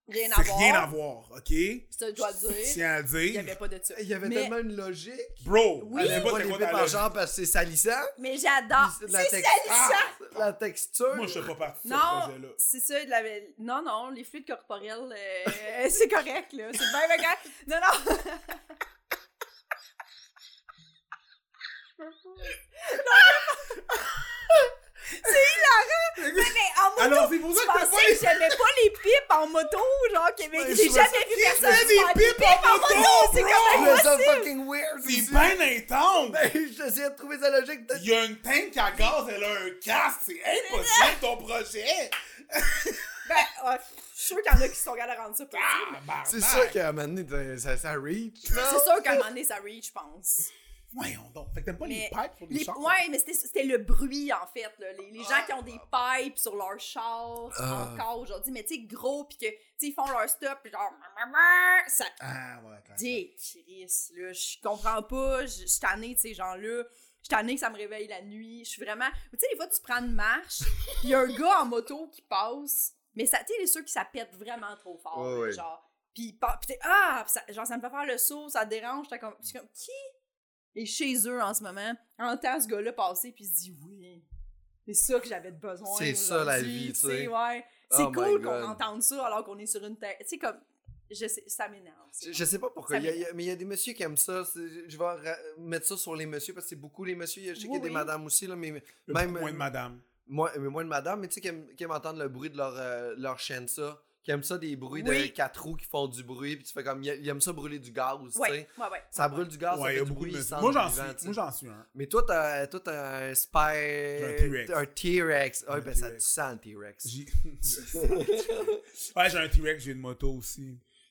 S2: rien à
S1: C'est
S2: voir.
S1: rien à voir, ok? Je
S2: Ça, je dois le dire.
S1: tiens à le
S2: Il n'y avait
S1: dire.
S2: pas de ça.
S3: Il y avait
S2: Mais-
S3: tellement une logique.
S1: Bro,
S2: Oui.
S1: je sais
S3: J'aime
S1: pas
S3: pas
S1: c'est
S3: les
S1: quoi
S3: pipes
S1: ta
S3: en
S1: logique.
S3: char parce que c'est salissant.
S2: Mais j'adore.
S3: Puis
S2: C'est
S3: tex-
S2: salissant.
S3: Ah! la texture.
S1: Moi, je suis pas parti de ce projet-là.
S2: Non, c'est ça, de la... non, non, les fluides corporels, euh, c'est correct, là, c'est bien, bien correct. Non, non! non, Mais en moto,
S3: Ah
S1: Alors, c'est pour ça
S2: tu
S1: que t'as
S2: pensais que j'aimais pas les pipes en moto, genre, Québec.
S3: Ouais, je
S2: J'ai
S3: trouvais
S2: jamais vu personne
S1: met des
S2: faire des
S1: pipes
S2: pipes
S1: en
S2: en
S1: moto,
S2: moto. C'est
S1: bro?
S2: comme
S3: Mais ça fucking weird aussi.
S1: C'est bien intense!
S3: Ben, J'essayais de trouver ça logique. de-
S1: Il y a une tank à gaz, elle a un casque, c'est impossible ton projet!
S2: Ben, ah, je suis sûre qu'il y en a qui sont capables de rendre ça possible.
S1: Ah, bah. barbac.
S3: C'est sûr qu'à un moment donné, t'as- ça, ça reach. non?
S2: C'est sûr qu'à un moment donné, ça reach, je pense.
S1: Voyons donc. Fait que t'aimes pas
S2: Mais
S1: les pipes pour les,
S2: Les-
S1: chars?
S2: ouais, mais c'était- c'était le bruit, en fait. là. Les, les gens
S1: Ah.
S2: qui ont des pipes sur leur char,
S3: Ah.
S2: encore aujourd'hui, mais tu sais, gros, pis que, tu sais, ils font leur stop, pis genre, maman, ça
S1: Ah, ouais, quand même.
S2: dit, Chris, là, je comprends pas, je je suis tannée de ces gens-là. Je suis tannée que ça me réveille la nuit. Je suis vraiment. Tu sais, des fois, tu prends une marche, il y a un gars en moto qui passe, mais ça, tu sais, les ceux qui ça pète vraiment trop fort,
S3: Ouais,
S2: là,
S3: ouais.
S2: genre. Puis il part- puis t'es, ah, puis ça- genre, ça me fait faire le saut, ça te dérange. T'es comme, je suis comme, qui est chez eux en ce moment, entend ce gars-là passer, puis il se dit oui. C'est ça que j'avais de besoin.
S3: C'est ça, la
S2: aujourd'hui,
S3: vie, tu sais.
S2: Ouais.
S3: Oh
S2: C'est
S3: my
S2: cool
S3: God.
S2: qu'on entende ça alors qu'on est sur une terre. Tu sais, comme, je sais, ça m'énerve.
S3: Je, je sais pas pourquoi.
S2: Ça
S3: il y a- il y a- mais il y a des messieurs qui aiment ça. C'est- Je vais ra- mettre ça sur les messieurs parce que c'est beaucoup les messieurs. Je sais qu'il y
S2: Oui,
S3: a des
S2: oui.
S3: madames aussi, là, mais
S1: Le
S3: Même-
S1: point de madame.
S3: moi, mais moi de madame, mais tu sais, qui aiment, qui aiment entendre le bruit de leur, euh, leur chaîne, ça. Qui aiment ça des bruits de
S2: Oui.
S3: quatre roues qui font du bruit. Puis tu fais comme. Ils aiment ça brûler du gaz, tu sais.
S2: Ouais, ouais, ouais.
S3: Ça brûle du gaz, ça
S1: Ouais, il y
S3: fait
S1: a
S3: du
S1: beaucoup
S3: bruit,
S1: de
S3: ils
S1: messieurs.
S3: sentent
S1: Moi, j'en
S3: du vent, tu
S1: suis.
S3: sais.
S1: Moi, j'en suis un.
S3: Mais toi, t'as toi, t'as un spy.
S1: J'ai un T-Rex.
S3: Un T-Rex. Ah,
S1: Un
S3: ben ça, tu
S1: T-Rex.
S3: sens le T-Rex.
S1: J'ai- ouais, j'ai un T-Rex, j'ai une moto aussi.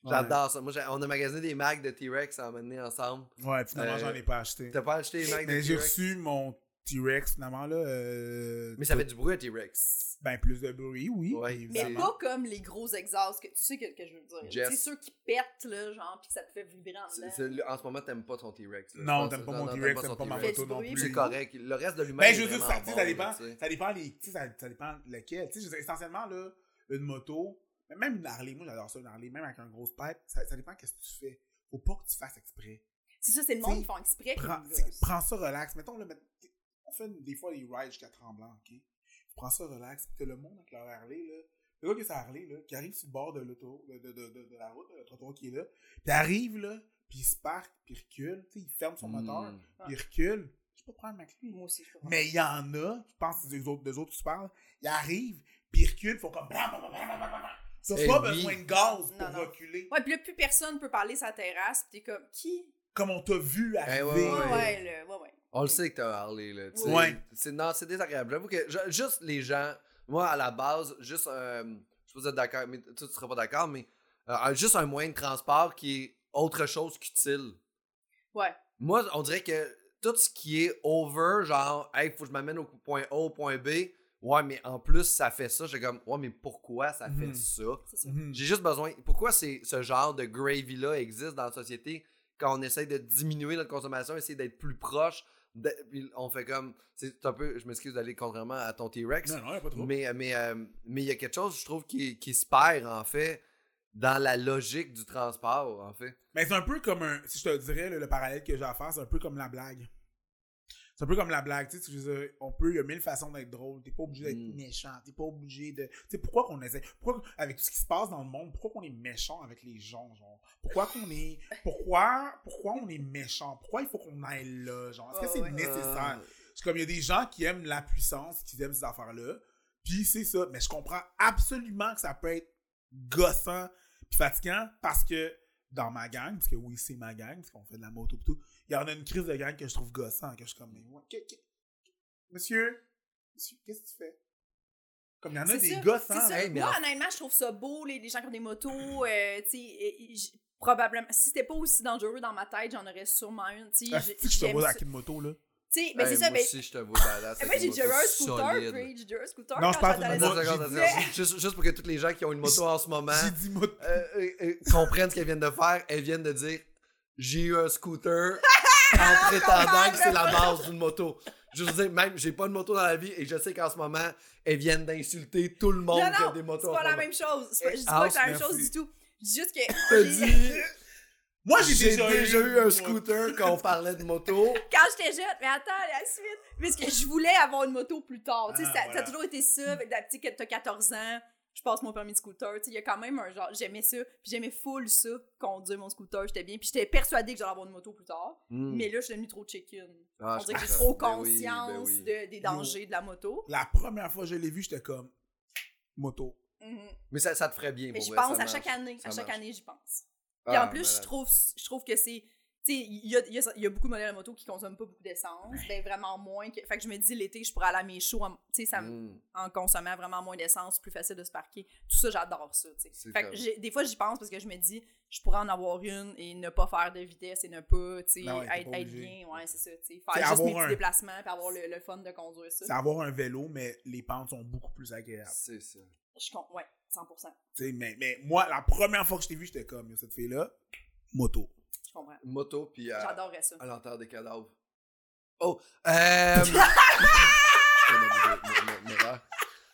S1: Ouais.
S3: J'adore ça. Moi, j'ai- on a magasiné des mags de T-Rex à emmener ensemble.
S1: Ouais, finalement,
S3: Euh,
S1: j'en ai pas acheté.
S3: T'as pas acheté des mags de
S1: Mais j'ai
S3: T-Rex?
S1: reçu mon T-Rex, finalement, là. euh,
S3: Mais ça fait du bruit, un T-Rex.
S1: Ben, plus de bruit, oui.
S3: Ouais.
S2: Mais
S1: évidemment.
S2: pas comme les gros exhausts que tu sais que, que je veux dire.
S3: Jess.
S2: C'est ceux qui pètent, là, genre, pis que ça te fait vibrer en
S3: C'est-
S2: dedans.
S3: c'est- En ce moment, t'aimes pas ton T-Rex. là. Je
S1: Non,
S3: pense-
S1: t'aimes pas
S3: non,
S1: mon
S3: non,
S1: T-Rex,
S3: pas
S1: t'aimes
S3: ton
S1: pas ma
S3: T-Rex.
S1: moto non
S2: Fait du
S1: plus.
S2: bruit.
S3: C'est correct. Le reste de l'humain.
S1: Ben, je veux
S3: est
S1: dire,
S3: vraiment
S1: ça, tu sais, ça
S3: bon,
S1: dépend,
S3: là, tu sais.
S1: ça dépend les, tu sais, ça, ça dépend lequel. Tu sais, je veux dire, essentiellement, là, une moto, mais même une Harley, moi, j'adore ça, une Harley, même avec un gros pipe, ça, ça dépend qu'est-ce que tu fais. Faut pas que tu fasses exprès.
S2: C'est ça, c'est le
S1: T'sais,
S2: monde qui font exprès. qui
S1: Prends,
S2: nous
S1: tu sais,
S2: gosse.
S1: prends ça relax. Mettons, là, met- on fait une- des fois les rides jusqu'à Tremblant, ok? Tu prends ça relax, pis t'as le monde avec leur Harley, là. Le gars qui est sur Harley, là, qui arrive sur le bord de l'auto, de, de, de, de, de la route, le trottoir qui est là, pis arrive, là, pis il se parque, pis il recule, tu sais, il ferme son moteur,
S3: Mm.
S1: pis il recule. Je peux prendre ma clé.
S2: Moi aussi, je comprends.
S1: Mais il y en a, je pense que c'est des autres, des autres qui se parlent, ils arrivent, puis ils reculent, ils font comme bam, bam, bam, bam, bam, bam, bam. T'as
S3: Eh
S1: pas
S3: oui.
S1: besoin de gaz pour
S2: Non, non.
S1: reculer.
S2: Ouais, pis là, plus personne peut parler sa terrasse, pis t'es comme, qui?
S1: Comme on t'a vu arriver.
S3: ouais,
S2: Ouais,
S3: ouais.
S2: ouais, là, ouais, ouais.
S3: On le sait que t'as Harley, là. tu sais.
S1: Ouais.
S3: C'est- Non, c'est désagréable. J'avoue que je- juste les gens, moi, à la base, juste, euh, je sais pas si vous êtes d'accord, mais toi, tu seras pas d'accord, mais euh, un- juste un moyen de transport qui est autre chose qu'utile.
S2: Ouais.
S3: Moi, on dirait que tout ce qui est over, genre, hey, faut que je m'amène au point A, au point B, ouais, mais en plus, ça fait ça. J'ai comme, ouais, mais pourquoi ça fait
S1: Mhm.
S3: ça?
S2: C'est ça.
S1: Mhm.
S3: J'ai juste besoin. Pourquoi c'est- ce genre de gravy-là existe dans la société quand on essaye de diminuer notre consommation, essayer d'être plus proche? de- puis on fait comme. C'est un peu. Je m'excuse d'aller contrairement à ton T-Rex.
S1: Non, non, y a pas trop.
S3: Mais mais euh, mais il y a quelque chose, je trouve, qui, qui se perd, en fait, dans la logique du transport, en fait.
S1: Mais c'est un peu comme un. Si je te dirais le, le parallèle que j'ai à faire, c'est un peu comme la blague. C'est un peu comme la blague, tu sais, tu veux dire, on peut, il y a mille façons d'être drôle, t'es pas obligé d'être
S3: Mm.
S1: méchant, t'es pas obligé de... Tu sais, pourquoi qu'on essaie, pourquoi, qu'on- avec tout ce qui se passe dans le monde, pourquoi qu'on est méchant avec les gens, genre? Pourquoi qu'on est... Pourquoi, pourquoi on est méchant? Pourquoi il faut qu'on aille là, genre? Est-ce que
S2: Ah
S1: c'est
S2: ouais.
S1: nécessaire? C'est comme, il y a des gens qui aiment la puissance, qui aiment ces affaires-là, puis c'est ça, mais je comprends absolument que ça peut être gossant puis fatigant, parce que dans ma gang, parce que oui, c'est ma gang, parce qu'on fait de la moto pis tout, il y en a une crise de gang que je trouve gossant, que je suis comme, mais moi, que- que- monsieur, monsieur, qu'est-ce que tu fais? Comme il y en a
S2: C'est
S1: des
S2: ça,
S1: gossants,
S2: c'est ça.
S1: hein.
S3: hey, mais
S2: Moi,
S3: en-
S2: honnêtement, je trouve ça beau, les, les gens qui ont des motos, euh, tu sais, et- et j- probablement, si c'était pas aussi dangereux dans ma tête, j'en aurais sûrement une, tu
S1: Ah,
S2: sais. j'ai-
S1: si je te
S2: j'aime
S1: vois dans
S2: ça.
S1: la queue de moto, là.
S2: Tu sais, mais
S3: Hey,
S2: c'est ça,
S3: moi
S2: mais.
S3: aussi, je te vois badass.
S2: Moi,
S3: avec
S2: j'ai
S3: une
S2: déjà eu
S3: moto
S2: un scooter,
S3: solide.
S2: Rage, j'ai eu un scooter.
S1: Non, je
S2: quand
S1: parle
S2: j'étais à
S1: de
S2: la
S1: moi.
S3: Attends, attends, attends,
S1: j'ai
S3: attends. Juste, juste pour que toutes les gens qui ont une moto en ce moment
S1: J'ai dit moto.
S3: euh, euh, euh, comprennent ce qu'elles viennent de faire. Elles viennent de dire j'ai eu un scooter en prétendant que c'est la base d'une moto. Je veux dire, même j'ai pas de moto dans la vie et je sais qu'en ce moment, elles viennent d'insulter tout le monde
S2: Non,
S3: qui a
S2: non,
S3: des motos
S2: c'est
S3: en
S2: pas
S3: ce
S2: la
S3: moment.
S2: même chose. C'est pas- je dis
S3: Ah,
S2: pas que c'est la même
S1: merci.
S2: chose du tout. Je dis juste que
S3: Je te
S2: j'ai-
S3: dis,
S1: Moi,
S3: j'ai déjà, eu un scooter quand on parlait de moto.
S2: quand j'étais jeune, mais attends, la suite, parce que je voulais avoir une moto plus tard. Tu sais,
S1: Ah,
S2: ça, ça
S1: voilà.
S2: a toujours été ça, avec la petite que t'as 14 ans. je passe mon permis de scooter. Tu sais, Il y a quand même un genre, j'aimais ça, puis j'aimais full ça, conduire mon scooter, j'étais bien, puis j'étais persuadée que j'allais avoir une moto plus tard.
S3: Hmm.
S2: Mais là, je suis devenue trop chicken. On
S3: Ah, je
S2: dirait que j'ai
S3: comprends.
S2: trop
S3: Ben oui, ben
S2: conscience
S3: oui.
S2: de- des dangers de la moto.
S1: La première fois que je l'ai vu, j'étais comme moto.
S2: Mhm.
S3: Mais ça, ça te ferait bien.
S2: Mais
S3: pour
S2: j'y
S3: vrai, ben, ça
S2: pense à
S3: marche.
S2: chaque année.
S3: Ça
S2: À chaque
S3: marche.
S2: année, j'y pense.
S3: Ah,
S2: Puis en plus,
S3: malade.
S2: je trouve, je trouve que c'est. Tu sais, il y a, il y a- il y a beaucoup de modèles de moto qui consomment pas beaucoup d'essence. Ben, vraiment moins. Que, fait que je me dis, l'été, je pourrais aller à mes shows en, tu sais, ça, me-
S3: Hmm.
S2: en consommant vraiment moins d'essence, plus facile de se parquer. Tout ça, j'adore ça. tu sais.
S3: C'est
S2: Fait
S3: comme-
S2: que j'ai- des fois, j'y pense parce que je me dis, je pourrais en avoir une et ne pas faire de vitesse et ne pas, tu sais,
S1: Ben ouais, t'es
S2: être,
S1: pas
S2: être
S1: obligé.
S2: bien. Ouais, c'est ça. tu sais.
S1: C'est
S2: Faire juste mes
S1: avoir un-
S2: petits déplacements puis avoir le, le fun de conduire ça.
S1: C'est avoir un vélo, mais les pentes sont beaucoup plus agréables.
S3: C'est ça.
S2: Je compte, ouais, 100%.
S1: Tu sais, mais, mais moi, la première fois que je t'ai vu, j'étais comme, Yo, cette fille-là, moto.
S2: Je
S3: Euh,
S2: comprends.
S3: Moto, puis à,
S2: J'adorerais ça.
S3: à l'enterre des cadavres. Oh! Euh... ah.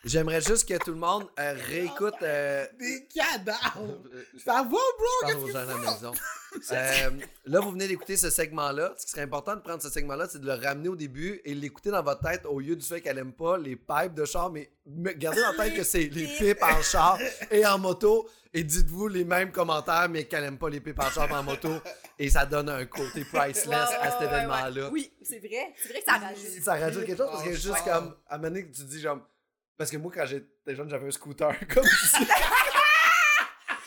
S3: J'aimerais juste que tout le monde euh, réécoute. euh,
S1: Des cadavres!
S3: euh,
S2: Oh,
S1: Ça va, bro?
S3: Je parle aux gens à la maison. Euh, là, vous venez d'écouter ce segment-là. Ce qui serait important de prendre ce segment-là, c'est de le ramener au début et l'écouter dans votre tête au lieu du fait qu'elle aime pas les pipes de char, mais mais gardez en tête que c'est les pipes en char et en moto. Et dites-vous les mêmes commentaires, mais qu'elle aime pas les pipes en char et en moto. Et ça donne un côté priceless à cet
S2: Ouais, ouais, ouais, ouais.
S3: événement-là.
S2: Oui, c'est vrai. C'est vrai que ça rajoute.
S3: Ça rajoute quelque chose parce que juste comme, à un moment donné que tu dis genre, parce que moi quand j'étais jeune, j'avais un scooter comme ça.
S2: Là,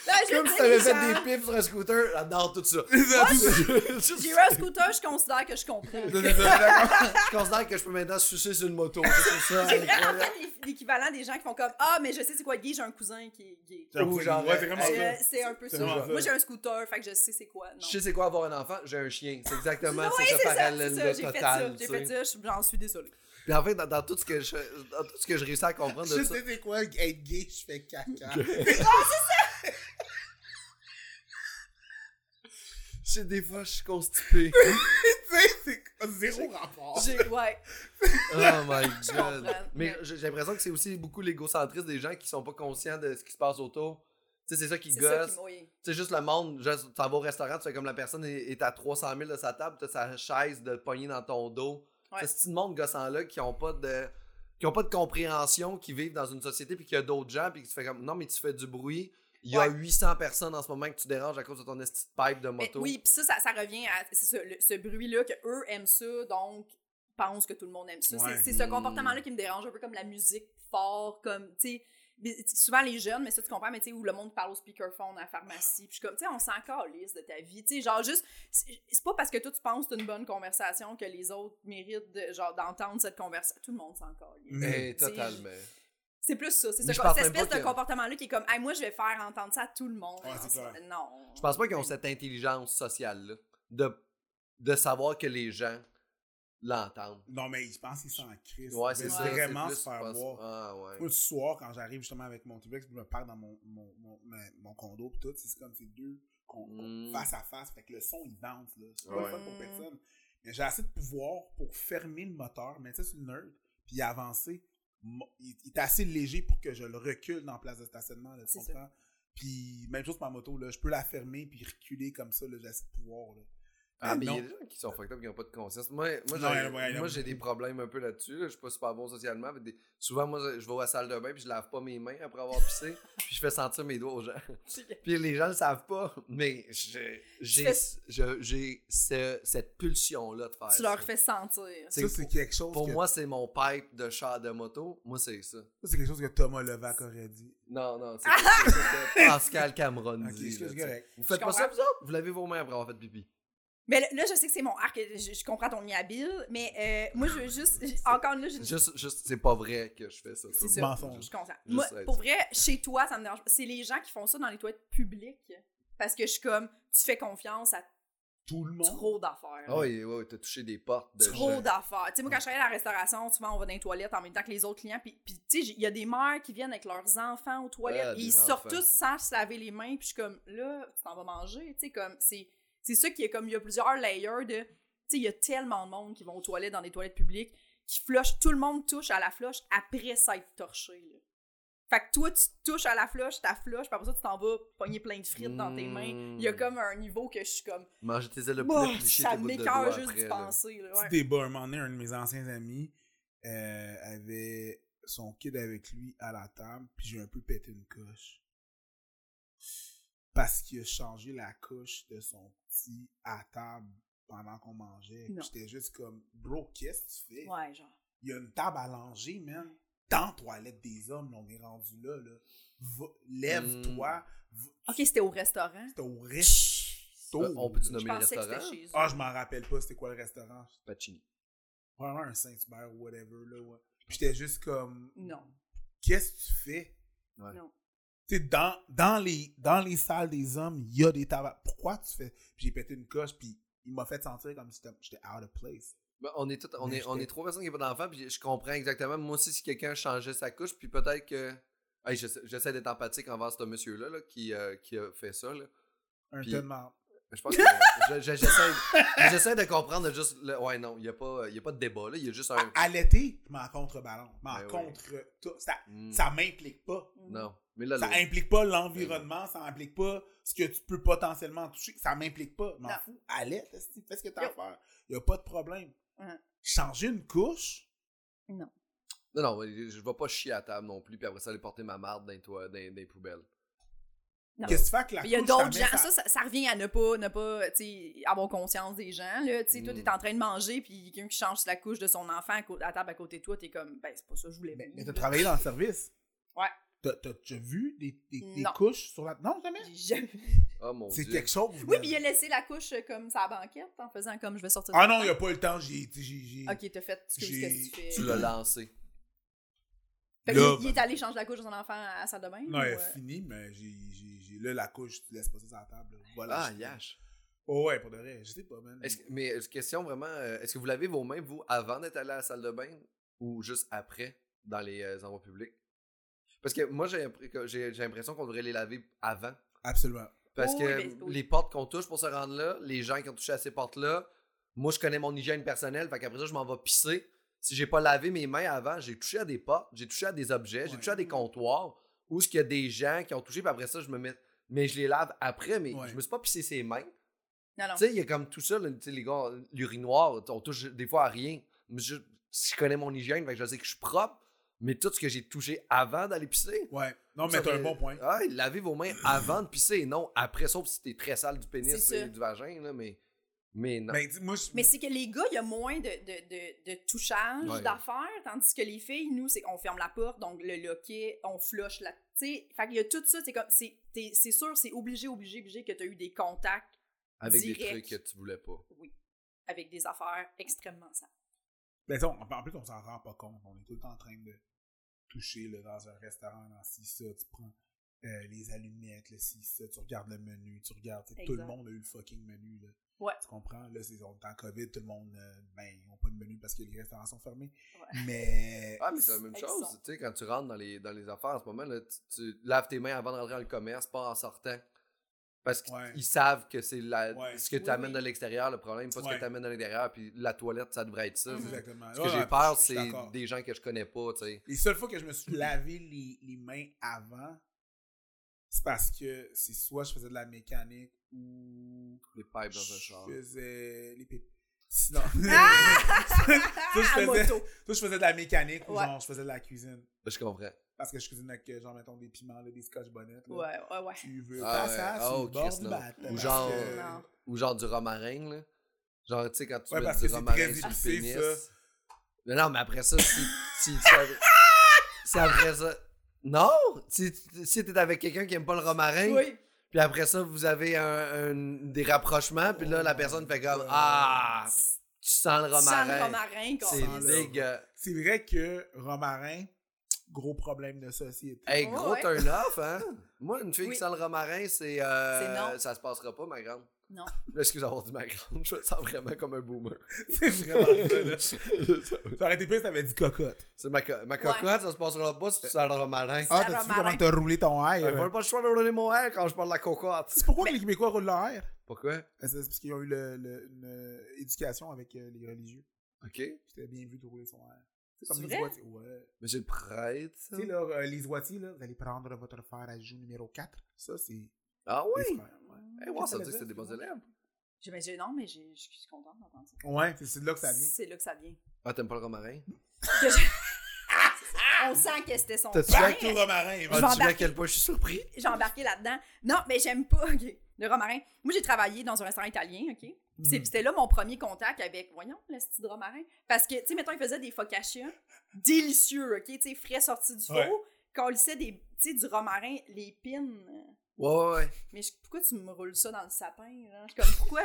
S2: Ben, je
S3: Comme
S2: veux
S3: si
S2: dire,
S3: t'avais fait
S2: Richard,
S3: des pipes sur un scooter, j'adore tout ça.
S2: J'ai
S3: J'ai
S2: eu un scooter, je considère que je comprends.
S3: Je considère que je peux maintenant sucer sur une moto. C'est pour ça.
S2: C'est vraiment en
S3: incroyable.
S2: fait les- l'équivalent des gens qui font comme Ah, mais je sais c'est quoi gay, j'ai un cousin qui est gay.
S3: Ou genre,
S1: Ouais, c'est vraiment
S3: euh,
S2: Euh,
S1: ça.
S2: C'est un peu
S1: C'est
S2: ça.
S1: vraiment ça.
S2: Moi, j'ai un scooter, fait que je sais c'est quoi. Non.
S3: Je sais c'est quoi avoir un enfant, j'ai un chien. C'est exactement
S2: Oui,
S3: c'est ce
S2: c'est ça, c'est ça,
S3: parallèle-là
S2: j'ai fait ça,
S3: total.
S2: j'ai
S3: tu
S2: fait
S3: sais.
S2: ça, je- j'en suis désolée.
S3: Puis en fait, dans, dans tout ce que je, dans tout ce que je réussis à comprendre de
S1: Je
S3: ça,
S1: sais c'est quoi être gay, je fais caca.
S3: c'est des fois je suis constipé.
S1: Tu sais, c'est zéro rapport.
S2: J'ai- Ouais,
S3: oh my
S2: comprends,
S3: god. Mais
S2: mais-
S3: j'ai j'ai l'impression que c'est aussi beaucoup l'égocentrisme des gens qui sont pas conscients de ce qui se passe autour. Tu sais, c'est ça qui
S2: c'est ça
S3: gosse.
S2: qui m'a. oui.
S3: Tu sais, juste le monde, genre, tu t'en vas au restaurant, tu fais comme la personne est, est à 300 000 de sa table, t'as sa chaise de poignée dans ton dos.
S2: Ouais.
S3: C'est ce monde gossant-là qui ont pas de qui ont pas de compréhension, qui vivent dans une société, puis qu'il y a d'autres gens, puis qui se fait comme, non, mais tu fais du bruit. Il y a
S2: Ouais.
S3: 800 personnes en ce moment que tu déranges à cause de ton esti de pipe de
S2: Mais
S3: moto.
S2: oui, puis ça, ça, ça revient à c'est ça, le- ce bruit-là que eux aiment ça, donc pensent que tout le monde aime ça. C'est-
S1: Ouais.
S2: C'est ce
S3: Mm.
S2: comportement-là qui me dérange un peu comme la musique fort, comme, tu sais, mais t- souvent les jeunes, mais ça tu comprends, mais tu sais, où le monde parle au speakerphone à la pharmacie, puis je suis comme, tu sais, on s'en calisse de ta vie, tu sais, genre juste, c'est c'est pas parce que toi tu penses que t'as une bonne conversation que les autres méritent, de, genre, d'entendre cette conversation. Tout le monde s'en calisse.
S3: Eh,
S2: Tu sais,
S3: totalement.
S2: C'est plus ça, c'est
S3: Mais
S2: ce,
S3: je
S2: co-
S3: pense
S2: cette
S3: même pas
S2: espèce de
S3: que-
S2: comportement-là qui est comme, hey, moi je vais faire entendre ça à tout le monde.
S1: Ouais, c'est
S2: Non,
S1: clair.
S2: non. Ben,
S3: Je pense pas qu'ils ont cette intelligence sociale-là de, de savoir que les gens l'entendent.
S1: Non, mais je pense qu'ils sont en crise.
S3: Ouais,
S1: Ils
S3: c'est
S1: veulent
S3: ça.
S1: vraiment
S3: c'est
S1: se
S3: plus, je
S1: faire
S3: pense-
S1: voir.
S3: Ah, ouais.
S1: Moi, ce soir, quand j'arrive justement avec mon T-Rex, je me parle dans mon, mon, mon, ma- mon condo pis tout, c'est comme ces deux qu'on- qu'on-
S3: Mm.
S1: face à face. Fait que le son, il bounce, là. C'est pas
S3: Ouais.
S1: le fun pour
S2: Mm.
S1: personne. Mais j'ai assez de pouvoir pour fermer le moteur, mettre ça sur le nerd, puis avancer. Mo- Il, il est assez léger pour que je le recule dans la place de stationnement, là, tu
S2: C'est ça.
S1: comprends? Puis même chose pour ma moto, là, je peux la fermer puis reculer comme ça, là, j'ai assez de pouvoir, là.
S3: Ah,
S1: Mais
S3: mais il y a
S1: non.
S3: des gens qui sont fucked up, qui n'ont pas de conscience. Moi,
S1: Non,
S3: moi, j'ai-
S1: il y en a- ouais, il y en a
S3: moi, j'ai
S1: beaucoup.
S3: des problèmes un peu là-dessus. là. Je suis pas super bon socialement. mais des- Souvent, moi, je vais à la salle de bain puis je lave pas mes mains après avoir pissé. puis je fais sentir mes doigts aux gens. Puis les gens le savent pas. Mais je- j'ai je- j'ai ce- cette pulsion-là de faire
S2: tu leur
S3: ça.
S2: fais sentir.
S3: C'est-
S1: Ça, c'est quelque chose
S3: Pour
S1: que,
S3: moi, c'est mon pipe de char de moto. Moi, c'est ça.
S1: ça, c'est quelque chose que Thomas Levac aurait dit.
S3: Non, non, c'est pas c'est ce que Pascal Cameron
S1: Ok,
S3: dit. là,
S1: excuse
S3: tu sais.
S1: correct.
S3: vous faites
S2: Je
S3: pas ça, vous autres? Vous lavez vos mains après avoir fait pipi.
S2: Mais là, là, je sais que c'est mon arc, je, je comprends ton habile, mais euh, moi, je veux juste. j- Encore là, je.
S3: Juste, juste c'est pas vrai que je fais ça. tout
S2: C'est
S3: le
S2: ça.
S3: monde.
S1: Mensonge.
S2: Je comprends.
S3: Je
S2: Moi,
S3: sais,
S2: pour
S3: ça.
S2: vrai, chez toi, ça me dérange pas. C'est les gens qui font ça dans les toilettes publiques. Parce que je suis comme, tu fais confiance à
S1: Tout le monde.
S2: trop d'affaires.
S3: Ah oui, oui, oui, t'as touché des portes de gens.
S2: Trop d'affaires. Tu sais, moi, quand je travaillais à la restauration, souvent, on va dans les toilettes en même temps que les autres clients. Puis, puis, tu sais, il y a des mères qui viennent avec leurs enfants aux toilettes.
S3: Ah,
S2: et ils
S3: des
S2: sortent
S3: enfants.
S2: tous sans se laver les mains. Puis, je suis comme, là, tu t'en vas manger. Tu sais, comme, c'est, c'est ça qui est comme, il y a plusieurs layers de. Tu sais, il y a tellement de monde qui vont aux toilettes dans des toilettes publiques qui flushent. Tout le monde touche à la flush après ça être torché, là. Fait que toi, tu touches à la flush, ta flush, puis après ça, tu t'en vas pogner plein de frites dans tes mains. Il y a
S3: Mm.
S2: comme un niveau que je suis comme.
S3: Manger tes ailes de
S2: Bah,
S3: poulet cliché
S2: ça
S3: tes bouts de
S2: m'écœure
S3: doigts
S2: juste
S3: après,
S2: d'y
S3: là.
S2: penser, là. ouais.
S1: petit débat. Un moment donné, un de mes anciens amis euh, avait son kid avec lui à la table, puis j'ai un peu pété une coche. Parce qu'il a changé la couche de son petit à table pendant qu'on mangeait.
S2: Non.
S1: J'étais juste comme, bro, qu'est-ce que tu fais?
S2: Ouais, genre.
S1: Il y a une table à langer, man. Dans la toilette des hommes, là, on est rendu là. là. Va- Lève-toi.
S3: Hmm.
S1: Va-
S2: Ok, c'était au restaurant.
S1: T'es au resto.
S3: Euh, on peut-tu
S2: Je
S3: nommer le
S2: pensais que c'était
S3: restaurant?
S2: chez eux.
S1: Ah, je m'en rappelle pas c'était quoi le restaurant.
S3: Pacini.
S1: Probablement un Saint-Hubert ou whatever. Là, ouais. Puis j'étais juste comme,
S2: Non.
S1: qu'est-ce que tu fais?
S3: Ouais.
S2: Non.
S1: Tu sais, dans, dans, les, dans les salles des hommes, il y a des tabacs. Pourquoi tu fais. Puis j'ai pété une coche, puis il m'a fait sentir comme si j'étais- j'étais out of place.
S3: Ben, on est, tout- on,
S1: Mais
S3: est, on
S1: j'étais-
S3: est trois personnes qui n'ont pas d'enfants, puis je comprends exactement. Moi aussi, si quelqu'un changeait sa couche, puis peut-être que. Hey, j'essa- J'essaie d'être empathique envers ce monsieur-là là, qui, euh, qui a fait ça. Là.
S1: Un
S3: Puis-
S1: tellement.
S3: Je pense que je- je- j'essaie j'essaie de comprendre juste. le- ouais, non, il n'y a, pas- y a pas de débat. là, Il y a juste un.
S1: À l'été, je m'en contrebalance. M'en
S3: Ben oui.
S1: contre tout. Ça,
S3: Hmm,
S1: ça m'implique pas.
S3: Non. Mais là, Ben
S1: Ça
S3: l'autre-
S1: implique pas l'environnement, ça implique pas ce que tu peux potentiellement toucher. Ça m'implique pas. Je M'en
S2: Non.
S1: fous. Allez, esti, fais ce que t'as
S2: Yo.
S1: à faire. Y a pas de problème.
S2: Hein.
S1: Changer une couche,
S3: Non, non, mais je vais pas chier à table non plus, puis après ça, aller porter ma marde dans les, toits- dans, dans les poubelles.
S2: Non.
S1: qu'est-ce que tu fais avec la
S2: Puis
S1: couche?
S2: il y a d'autres
S1: t'amènes
S2: gens,
S1: ça-
S2: ça, ça, ça revient à ne pas, ne pas tu sais, avoir conscience des gens. Là, tu sais, Toi,
S3: Mm.
S2: t'es en train de manger, puis quelqu'un qui change la couche de son enfant à, cô- à table à côté de toi, t'es comme, ben, c'est pas ça, que je voulais
S1: Mais,
S2: pas.
S1: mais t'as travaillé dans le service.
S2: Ouais.
S1: T'as t'as déjà vu des, des, des
S2: Non.
S1: couches sur la. Non, jamais.
S2: J'ai jamais-
S3: Oh mon
S1: C'est
S3: dieu.
S1: quelque chose.
S2: Oui,
S1: man.
S2: puis il a laissé la couche euh, comme sa banquette en faisant comme je vais sortir.
S1: Ah
S2: de
S1: non,
S2: la
S1: il a pas eu le temps. J'ai. j'ai- j'ai-
S2: table. Ok, t'as fait, excuse,
S1: J'ai-
S2: qu'est-ce que tu fais?
S3: Tu l'as lancé.
S2: Fait
S1: Là,
S2: qu'il- il, est allé changer la couche de son enfant à à salle de bain?
S1: Non,
S2: ou,
S1: il a
S2: euh,
S1: fini, mais j'ai- j'ai j'ai- là la couche, tu laisses pas ça sur la table. Voilà.
S3: Ah,
S1: Je-
S3: yash.
S1: Oh, ouais, pour de vrai. Je sais pas, man.
S3: Est-ce que- mais euh, question vraiment, euh, est-ce que vous lavez vos mains, vous, avant d'être allé à la salle de bain ou juste après dans les euh, endroits publics? Parce que moi, j'ai impr- que j'ai- j'ai l'impression qu'on devrait les laver avant.
S1: Absolument.
S3: Parce
S2: Oui,
S3: que
S2: ben, oui.
S3: les portes qu'on touche pour se rendre là, les gens qui ont touché à ces portes-là, moi, je connais mon hygiène personnelle, fait qu'après ça, je m'en vais pisser. Si j'ai pas lavé mes mains avant, j'ai touché à des portes, j'ai touché à des objets, j'ai
S1: Ouais.
S3: touché à des comptoirs, où ce qu'il y a des gens qui ont touché, puis après ça, je me mets. Mais je les lave après, mais
S1: Ouais.
S3: je me suis pas pissé ses mains.
S2: Non, non.
S3: Tu sais, il y a comme tout ça, là, tu sais, les gars, l'urinoir, on touche des fois à rien. Mais je, je connais mon hygiène, fait que je sais que je suis propre, mais tout ce que j'ai touché avant d'aller pisser.
S1: Ouais. Non, mais
S3: ça
S1: t'as un
S3: fait-
S1: bon point.
S3: Ah, lavez vos mains avant de pisser, et non après, sauf si t'es très sale du pénis
S2: C'est ça.
S3: et du vagin, là, mais, mais non.
S1: Ben, dis- moi, je-
S2: Mais c'est que les gars, il y a moins de, de, de, de touchage
S3: Ouais.
S2: d'affaires, tandis que les filles, nous, c'est qu'on ferme la porte, donc le loquet, on flush la. Tu sais, fait qu'il y a tout ça, c'est comme. C'est t'es- c'est sûr, c'est obligé, obligé, obligé que tu as eu des contacts
S3: avec des trucs
S2: direct.
S3: que tu voulais pas.
S2: avec des affaires extrêmement sales.
S1: ben, ça, on- en plus, on s'en rend pas compte. On est tout le temps en train de toucher là, dans un restaurant, dans ci, ça. Tu prends euh, les allumettes, le ci, ça. Tu regardes le menu, tu regardes. tu sais, Tout
S2: Exact.
S1: le monde a eu le fucking menu. Là.
S2: Ouais.
S1: Tu comprends? Là, c'est en temps COVID, tout le monde, euh, ben, ils n'ont pas de menu parce que les restaurants sont fermés.
S2: Ouais.
S1: Mais.
S3: Ah, mais c'est la même
S2: Elles
S3: chose,
S2: sont-
S3: tu sais, quand tu rentres dans les, dans les affaires en ce moment, là, tu, tu laves tes mains avant de rentrer dans le commerce, pas en sortant. Parce qu'ils
S1: Ouais.
S3: ils savent que c'est la-
S1: Ouais.
S3: ce que tu
S2: Oui,
S3: amènes
S2: oui.
S3: de l'extérieur, le problème, pas ce
S1: Ouais.
S3: que tu amènes de l'intérieur, puis la toilette, ça devrait être ça.
S2: Mhm.
S3: Ce
S1: Exactement.
S3: que
S1: Ouais,
S3: j'ai
S1: ouais,
S3: peur,
S1: je suis
S3: c'est
S1: d'accord.
S3: des gens que je connais pas, tu sais.
S1: Les seules fois que je me suis lavé les, les mains avant, c'est parce que c'est soit je faisais de la mécanique ou
S3: Des pipes dans un
S1: je
S3: char.
S1: faisais les pipes. Sinon, je
S2: À
S1: faisais-
S2: moto.
S1: soit je faisais de la mécanique ou
S2: Ah! Ouais.
S1: genre je faisais de la cuisine.
S3: Je comprends.
S1: Parce que je cuisine avec euh, genre mettons des piments, là, des scotch bonnets. là.
S2: Ouais, ouais, ouais.
S1: Tu veux
S3: Ah
S1: pas
S3: ouais.
S1: ça
S3: Ah,
S1: sur
S3: oh,
S1: le bord
S3: Christ,
S1: du
S3: non.
S1: bateau,
S3: Ou
S1: parce
S3: genre-
S1: que-
S2: Non.
S3: Ou genre du romarin, là. Genre, tu sais, quand tu
S1: Ouais,
S3: mets
S1: parce
S3: du
S1: que c'est
S3: romarin
S1: très
S3: sur le
S1: épicé,
S3: pénis.
S1: ça.
S3: Mais non, mais après ça, si. si, si après- si après ça. Non! Si, si t'es avec quelqu'un qui aime pas le romarin,
S2: Oui.
S3: puis après ça, vous avez un, un- des rapprochements, puis là,
S1: Oh
S3: la
S1: my
S3: personne fait comme
S1: God.
S3: Ah! Tu sens
S2: Sans
S3: le
S2: le
S3: romarin.
S2: romarin, qu'on-
S1: Sans le-
S3: C'est dégueu.
S1: C'est vrai que Romarin, gros problème de société.
S3: Hey,
S2: Ouais,
S3: gros
S2: ouais.
S3: turn off, hein? Moi, une fille
S2: Oui.
S3: qui sent le romarin, c'est.
S2: C'est
S3: euh,
S2: non.
S3: ça se passera pas, ma grande.
S2: Non.
S3: Là, excuse d'avoir dit ma grande, je me sens vraiment comme un boomer.
S1: c'est vraiment ça, là. Ça aurait été pire si t'avais dit cocotte.
S3: C'est ma, co- ma cocotte, ça se passera pas si tu sens le romarin.
S2: Ah,
S1: Ah,
S2: t'as-tu vu
S1: t'as-tu
S2: Romarin. comment
S1: comment t'as roulé ton
S3: Ils
S1: air?
S3: veulent pas le choix de rouler mon air quand je parle de la cocotte.
S1: C'est pourquoi que les Québécois roulent leur air?
S3: Pourquoi?
S1: Ben, C'est parce qu'ils ont eu le- le- une euh, éducation avec euh, les religieux.
S3: Ok.
S1: C'était bien vu de rouler son air. C'est
S2: C'est
S1: comme les
S2: vrai?
S1: Ouatis. Ouais.
S3: Monsieur le prêtre. ça?
S1: Tu sais, là, euh, les Ouatis, là, vous allez prendre votre fer à joue numéro 4. Ça, c'est.
S3: Ah oui?
S1: les frères, ouais.
S3: Eh, wow, ça
S1: Qu'est-ce
S3: veut
S1: que
S3: dire que c'est
S1: ça
S3: des bons
S1: veut dire?
S3: élèves.
S2: J'ai- ben, j'ai- non, mais j'ai- je suis contente d'entendre ça.
S1: Ouais, c'est- c'est de là que ça vient.
S2: C'est là que ça vient.
S3: Ah, t'aimes pas le romarin?
S2: Que je- on sent que c'était son
S3: T'as-tu
S2: père.
S1: Back to Romarin.
S2: vais
S3: Ah, tu
S2: embarquer.
S3: vois à quel point je suis surpris?
S2: J'ai embarqué là-dedans. Non, mais j'aime pas ok, le romarin. Moi, j'ai travaillé dans un restaurant italien, OK? Puis c'est-
S1: Mm.
S2: C'était là mon premier contact avec, voyons, le style de romarin. Parce que, tu sais, mettons, ils faisaient des focaccia délicieux, OK? Tu sais, frais sortis du four.
S1: Ouais.
S2: Quand on lissait des, tu sais, du romarin, l'épine.
S3: Ouais, ouais, ouais.
S2: Mais je- pourquoi tu me roules ça dans le sapin, là? Je suis comme, pourquoi?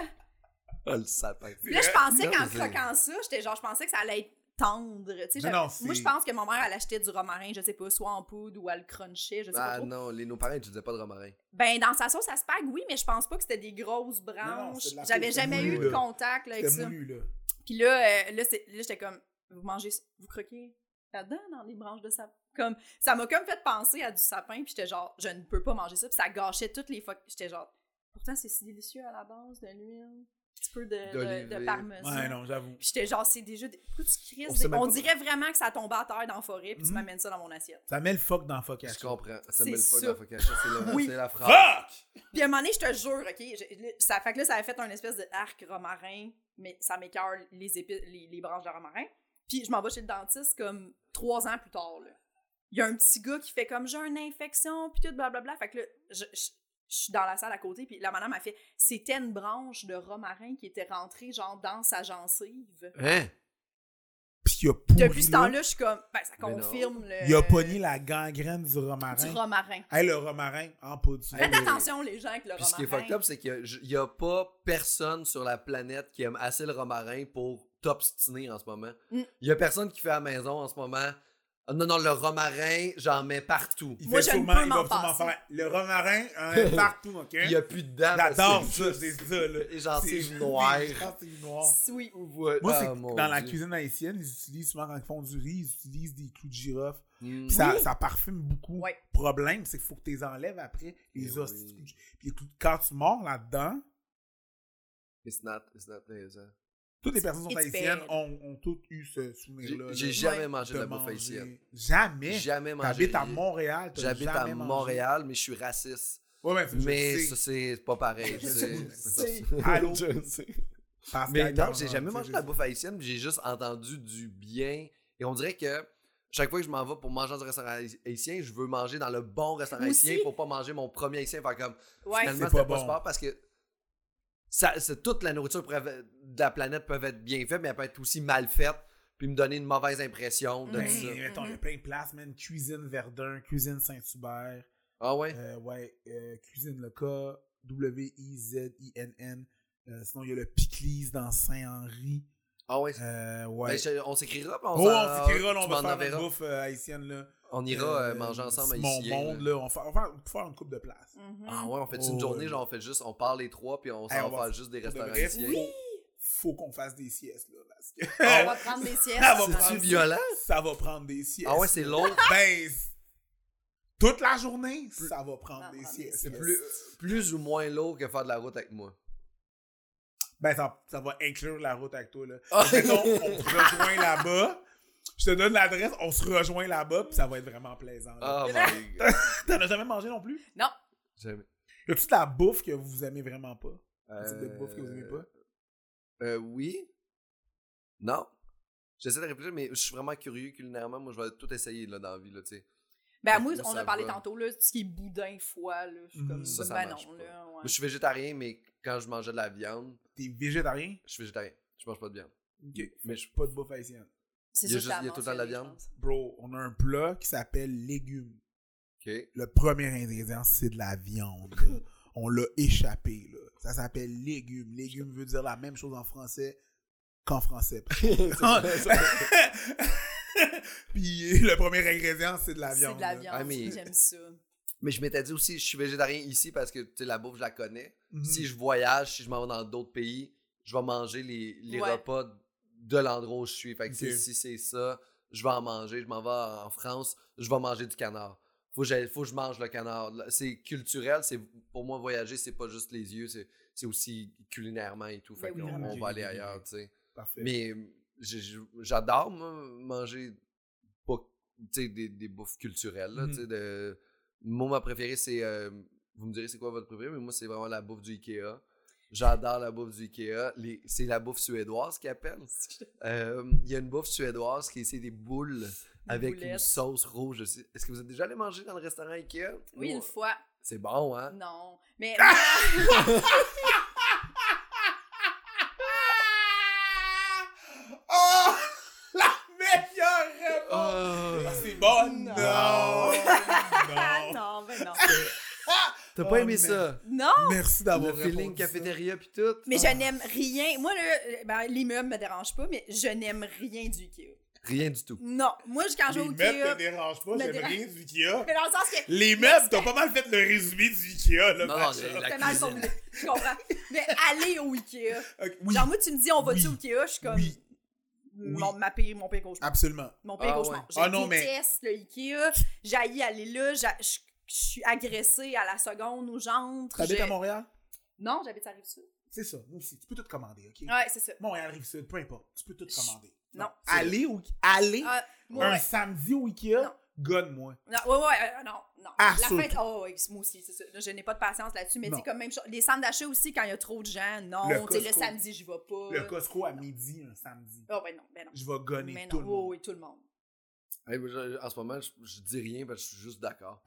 S3: Ah, le sapin.
S2: Puis là, je pensais
S3: Non,
S2: qu'en
S3: c'est-
S2: croquant ça, j'étais genre, je pensais que ça allait être tendre. tu sais,
S1: Non,
S2: j'avais-
S1: non, c'est-
S2: Moi, je pense que ma mère, elle achetait du romarin, je sais pas, soit en poudre ou elle le crunchait, je sais
S1: Bah,
S2: pas
S3: Ah
S2: trop.
S3: non, les, nos parents n'utilisaient pas de romarin.
S2: Ben, dans sa sauce à spag, oui, mais je pense pas que c'était des grosses
S1: Non, non,
S2: branches.
S1: c'était de la
S2: J'avais
S1: peau,
S2: jamais
S1: c'était
S2: eu
S1: moulu,
S2: de
S1: là.
S2: contact là, avec
S1: C'était
S2: ça.
S1: moulu, là.
S2: Puis là, euh, là, c'est- là, j'étais comme, vous mangez, vous croquez là-dedans, dans des branches de sapin. Comme, ça m'a comme fait penser à du sapin, puis j'étais genre, je ne peux pas manger ça, puis ça gâchait toutes les fois. que- J'étais genre, pourtant, c'est si délicieux à la base de l'huile, un petit peu de, de, de
S3: D'olive.
S2: parmesan.
S1: Ouais, non, j'avoue.
S2: Puis j'étais genre, c'est déjà. Des... Pourquoi tu crises
S3: On
S2: des-
S3: sait même
S2: On
S3: pas.
S2: dirait vraiment que ça tombait à terre dans la forêt, puis tu
S1: Mhm.
S2: m'amènes ça dans mon assiette.
S1: Ça met le fuck dans
S3: Je
S1: Focaccia.
S3: comprends. Ça
S2: C'est
S3: met le fuck
S2: ça.
S3: dans Focaccia. C'est la,
S2: Oui.
S3: c'est la phrase.
S1: Fuck!
S2: Puis à un moment donné, je te jure, OK, je- là, ça fait que là, ça a fait un espèce de arc romarin, mais ça m'écœure les, épi- les, les branches de romarin. Puis je m'en vais chez le dentiste comme trois ans plus tard, là. Il y a un petit gars qui fait comme j'ai une infection, puis tout, blablabla. Fait que là, je, je- je suis dans la salle à côté, puis la madame a fait c'était une branche de romarin qui était rentrée, genre, dans sa gencive.
S3: Hein?
S1: Puis il a pourri,
S2: Depuis ce temps-là, je suis comme, ben, ça
S3: Mais non.
S2: confirme le.
S1: Il a pogné la gangrène du
S2: du
S1: romarin.
S2: romarin.
S1: Hey, le romarin en poudre.
S3: Hey,
S2: Faites
S3: mais-
S2: attention, les gens, avec le
S3: Puis
S2: romarin.
S3: ce qui est fucked up, c'est qu'il n'y a, pas personne sur la planète qui aime assez le romarin pour t'obstiner en ce moment. Il
S2: Mm.
S3: n'y a personne qui fait à la maison en ce moment. Ah non, non, le romarin, j'en mets partout.
S1: Il
S2: Moi, je
S1: fait
S2: ne
S1: sûrement,
S2: peux
S1: il
S2: m'en
S1: va sûrement
S2: passer.
S1: faire le romarin hein, partout, ok?
S3: Il n'y a plus de dents.
S1: J'adore
S3: parce
S1: ça,
S3: que-
S1: c'est ça, là.
S3: Et j'en
S1: C'est-
S3: sais noir.
S1: les gencives noires.
S2: Oui.
S3: Ouais,
S1: Moi,
S3: ah,
S1: c'est que
S3: mon
S1: dans la
S3: Dieu.
S1: cuisine haïtienne, ils utilisent souvent quand ils font du riz, ils utilisent des clous de girofle.
S3: Mm.
S1: Puis ça,
S2: Oui.
S1: ça parfume beaucoup.
S2: Ouais.
S1: Problème, c'est qu'il faut que tu les enlèves après.
S3: Eh
S1: Les os.
S3: oui.
S1: Puis tout- quand tu mords là-dedans,
S3: It's not, it's not hein. plaisant.
S1: toutes les personnes qui sont
S2: It's
S1: haïtiennes
S2: bad.
S1: ont, ont toutes eu ce
S3: J'ai
S1: souvenir-là.
S3: j'ai
S1: là,
S3: jamais
S2: Ouais.
S3: mangé de la bouffe
S1: manger.
S3: haïtienne.
S1: Jamais.
S3: Jamais mangé.
S1: T'habites à Montréal. t'as
S3: J'habite à
S1: jamais mangé.
S3: Montréal, mais je suis raciste.
S1: Ouais, mais,
S3: Mais
S1: je
S3: ça,
S1: sais.
S3: c'est pas pareil.
S1: Je
S3: c'est-
S1: sais. Allô?
S3: Je sais.
S1: Pascal
S3: Mais non,
S1: Cameron,
S3: j'ai jamais
S1: tu sais,
S3: mangé de
S1: je
S3: la
S1: sais.
S3: bouffe haïtienne, puis j'ai juste entendu du bien. Et on dirait que chaque fois que je m'en vais pour manger dans un restaurant haïtien, je veux manger dans le bon restaurant
S2: Moi aussi.
S3: haïtien pour pas manger mon premier haïtien. Faire comme,
S2: Ouais.
S3: finalement,
S1: C'est
S3: c'était
S1: pas
S3: pas,
S1: bon.
S3: sport parce que ça, c'est- toute la nourriture pourrait être- de la planète peut être bien faite, mais elle peut être aussi mal faite, puis me donner une mauvaise impression de
S2: Ben,
S3: ça.
S1: Mais mettons, il y a plein de places, man. Cuisine Verdun, Cuisine Saint-Hubert,
S3: Ah ouais?
S1: euh, ouais, euh, Cuisine Le Cas, W-I-Z-I-N-N. Euh, sinon, il y a le Piclis dans Saint-Henri.
S3: Ah ouais? c'est-
S1: Euh,
S3: Ben,
S1: ouais.
S3: je- on s'écrira, puis on
S1: Oh,
S3: s'en-
S1: on s'écrira, là, on
S3: tu
S1: va
S3: m'en
S1: faire
S3: enverras.
S1: une bouffe euh, haïtienne, là.
S3: On ira euh,
S1: Euh,
S3: manger ensemble
S1: Mon
S3: haïtien. là.
S1: monde, là. On va faire- on va faire- on peut faire une coupe de place.
S2: Mhm.
S3: Ah ouais, on fait
S1: Oh,
S3: une journée,
S1: ouais.
S3: genre on fait juste, on parle les trois, puis on s'en
S1: Hey, on
S3: va
S1: va-
S3: faire juste des
S1: Pour de
S3: restaurants
S1: vrai,
S3: haïtiens.
S1: Faut, faut qu'on fasse des siestes, là. Parce que
S2: On va prendre des siestes.
S1: Ah, on va
S3: C'est-tu
S1: prendre-
S3: violent?
S1: ça va prendre des siestes.
S3: Ah ouais, c'est long.
S1: Ben, c'est- toute la journée, ça va prendre
S2: Ça va
S1: des
S2: prendre
S1: siestes.
S2: des
S3: C'est plus, plus ou moins lourd que faire de la route avec moi.
S1: Ben, ça, ça va inclure la route avec toi, là. Mettons, on se rejoint là-bas. Je te donne l'adresse, on se rejoint là-bas, puis ça va être vraiment plaisant.
S2: Ah.
S1: là.
S3: Oh my god.
S1: T'en as jamais mangé non plus?
S2: Non.
S3: Jamais.
S1: Y a-tu de la bouffe que vous aimez vraiment pas? Un type de
S3: Euh,
S1: bouffe que vous aimez pas?
S3: Euh, oui. Non. J'essaie de réfléchir, mais je suis vraiment curieux culinairement. Moi, je vais tout essayer là, dans la vie, là, tu sais.
S2: Ben, moi,
S3: Moi,
S2: on
S3: ça
S2: a parlé
S3: va. Mm,
S2: tantôt, là, ce qui est boudin, foie, là. Je suis
S1: Mhm.
S2: comme,
S3: Ça, ça
S2: ben
S3: marche
S2: non,
S3: pas.
S2: là. ouais.
S3: Moi, Je suis végétarien, mais quand je mangeais de la viande,
S1: T'es végétarien?
S3: je suis végétarien. Je mange pas de viande.
S1: Ok.
S3: Mais je...
S1: Pas de bouffe haïtienne.
S2: C'est
S3: il y a
S2: ça que
S3: juste- il y a
S2: t'as
S3: tout le temps de la
S2: mentionné,
S3: viande.
S2: je pense.
S1: Bro, on a un plat qui s'appelle légumes.
S3: Ok.
S1: Le premier ingrédient, c'est de la viande. on l'a échappé, là. Ça s'appelle légumes. Légumes veut dire la même chose en français qu'en français. Puis le premier ingrédient, c'est de la viande.
S2: C'est de la
S1: là.
S2: viande.
S3: Ah, mais-
S2: J'aime ça.
S3: mais je m'étais dit aussi, je suis végétarien ici parce que tu sais, la bouffe, je la connais.
S1: Mhm.
S3: Si je voyage, si je m'en vais dans d'autres pays, je vais manger les, les
S2: Ouais.
S3: repas de l'endroit où je suis. Fait que si-
S1: Ok.
S3: si c'est ça, je vais en manger. Je m'en vais en France, je vais manger du canard. Faut que, j'aille- faut que je mange le canard. Là, C'est culturel, c'est pour moi voyager, c'est pas juste les yeux, c'est c'est aussi culinairement et tout. Fait
S2: Ben oui,
S3: qu'on- on
S1: vraiment.
S3: va aller ailleurs, tu sais.
S1: Parfait.
S3: Mais j'ai- j'ai- j'adore moi, manger pas, tu sais, des, des bouffes culturelles. Là,
S1: Mhm.
S3: tu sais, de- Moi, ma préférée, c'est. euh, vous me direz c'est quoi votre préférée, mais moi, c'est vraiment la bouffe du Ikea. J'adore la bouffe du Ikea. Les- C'est la bouffe suédoise qu'ils appellent. Euh, Il y a une bouffe suédoise qui est c'est des boules avec une
S2: boulettes.
S3: sauce rouge. Je sais- Est-ce que vous êtes déjà allé manger dans le restaurant Ikea?
S2: Oui,
S3: Oh, Ah!
S2: une fois.
S3: C'est bon, hein?
S2: Non. Mais.
S1: Oh! La meilleure réponse!
S3: Oh,
S1: C'est bon!
S2: Non.
S1: Non!
S2: Ah,
S1: non.
S2: non, mais non.
S3: T'as
S1: Oh,
S3: pas aimé
S1: mais-
S3: ça?
S2: Non!
S1: Merci d'avoir
S3: Le feeling
S1: répondu ça.
S3: cafétéria puis tout?
S2: Mais
S1: Ah.
S2: je n'aime rien. Moi, là, ben, les meubles me dérangent pas, mais je n'aime rien du Ikea.
S3: Rien du tout.
S2: Non. Moi, je- quand je
S1: Les
S2: vais au
S1: meubles te
S2: Ikea.
S1: dérangent pas,
S2: me
S1: j'aime
S2: dérange-
S1: rien du Ikea.
S2: Mais dans le sens que.
S1: Les meubles, t'as pas mal fait le résumé du Ikea, là.
S3: Non,
S1: Macha.
S3: j'ai la-
S2: C'était mal
S3: cuisine.
S2: formulé. Je comprends. Mais aller au Ikea.
S1: Ok, oui,
S2: Genre, moi, tu me dis, on va-tu
S1: Oui.
S2: au Ikea? Je suis comme.
S1: Oui.
S2: Mon, ma pire, mon pire cauchemar.
S1: absolument.
S2: Mon pire
S3: Ah,
S2: cauchemar.
S3: ouais.
S2: Je
S1: Ah, non, mais-
S2: déteste le Ikea. J'haïs aller là. j'a- Je je suis agressée à la seconde où j'entre.
S1: T'habites
S2: Je-
S1: à Montréal?
S2: Non, j'habite à Rive-Sud.
S1: C'est ça, moi aussi. Tu peux tout commander, OK?
S2: Ouais, c'est ça.
S1: Montréal, Rive-Sud, peu importe. Tu peux tout commander.
S2: Non.
S1: Allez au... Allez
S2: Ah, moi,
S1: un
S2: ouais.
S1: samedi au Ikea,
S2: Non.
S1: gonne-moi.
S2: Non, ouais, ouais, euh, non, non.
S1: Ah,
S2: la
S1: sur-
S2: fête, oh, ouais, moi aussi, c'est ça. Là, je n'ai pas de patience là-dessus, mais
S1: Non.
S2: c'est comme même chose. Les centres d'achat aussi, quand il y a trop de gens, non.
S1: Le
S2: Le, le
S1: Costco.
S2: samedi, j'y vais pas.
S1: Le Costco à midi, un samedi.
S2: Oh, ben non, ben non.
S1: Je vais gonner
S2: Mais non,
S1: tout le monde.
S2: oui, oui, tout le monde.
S3: Hey, moi, je- en ce moment, je, je dis rien parce que je suis juste d'accord.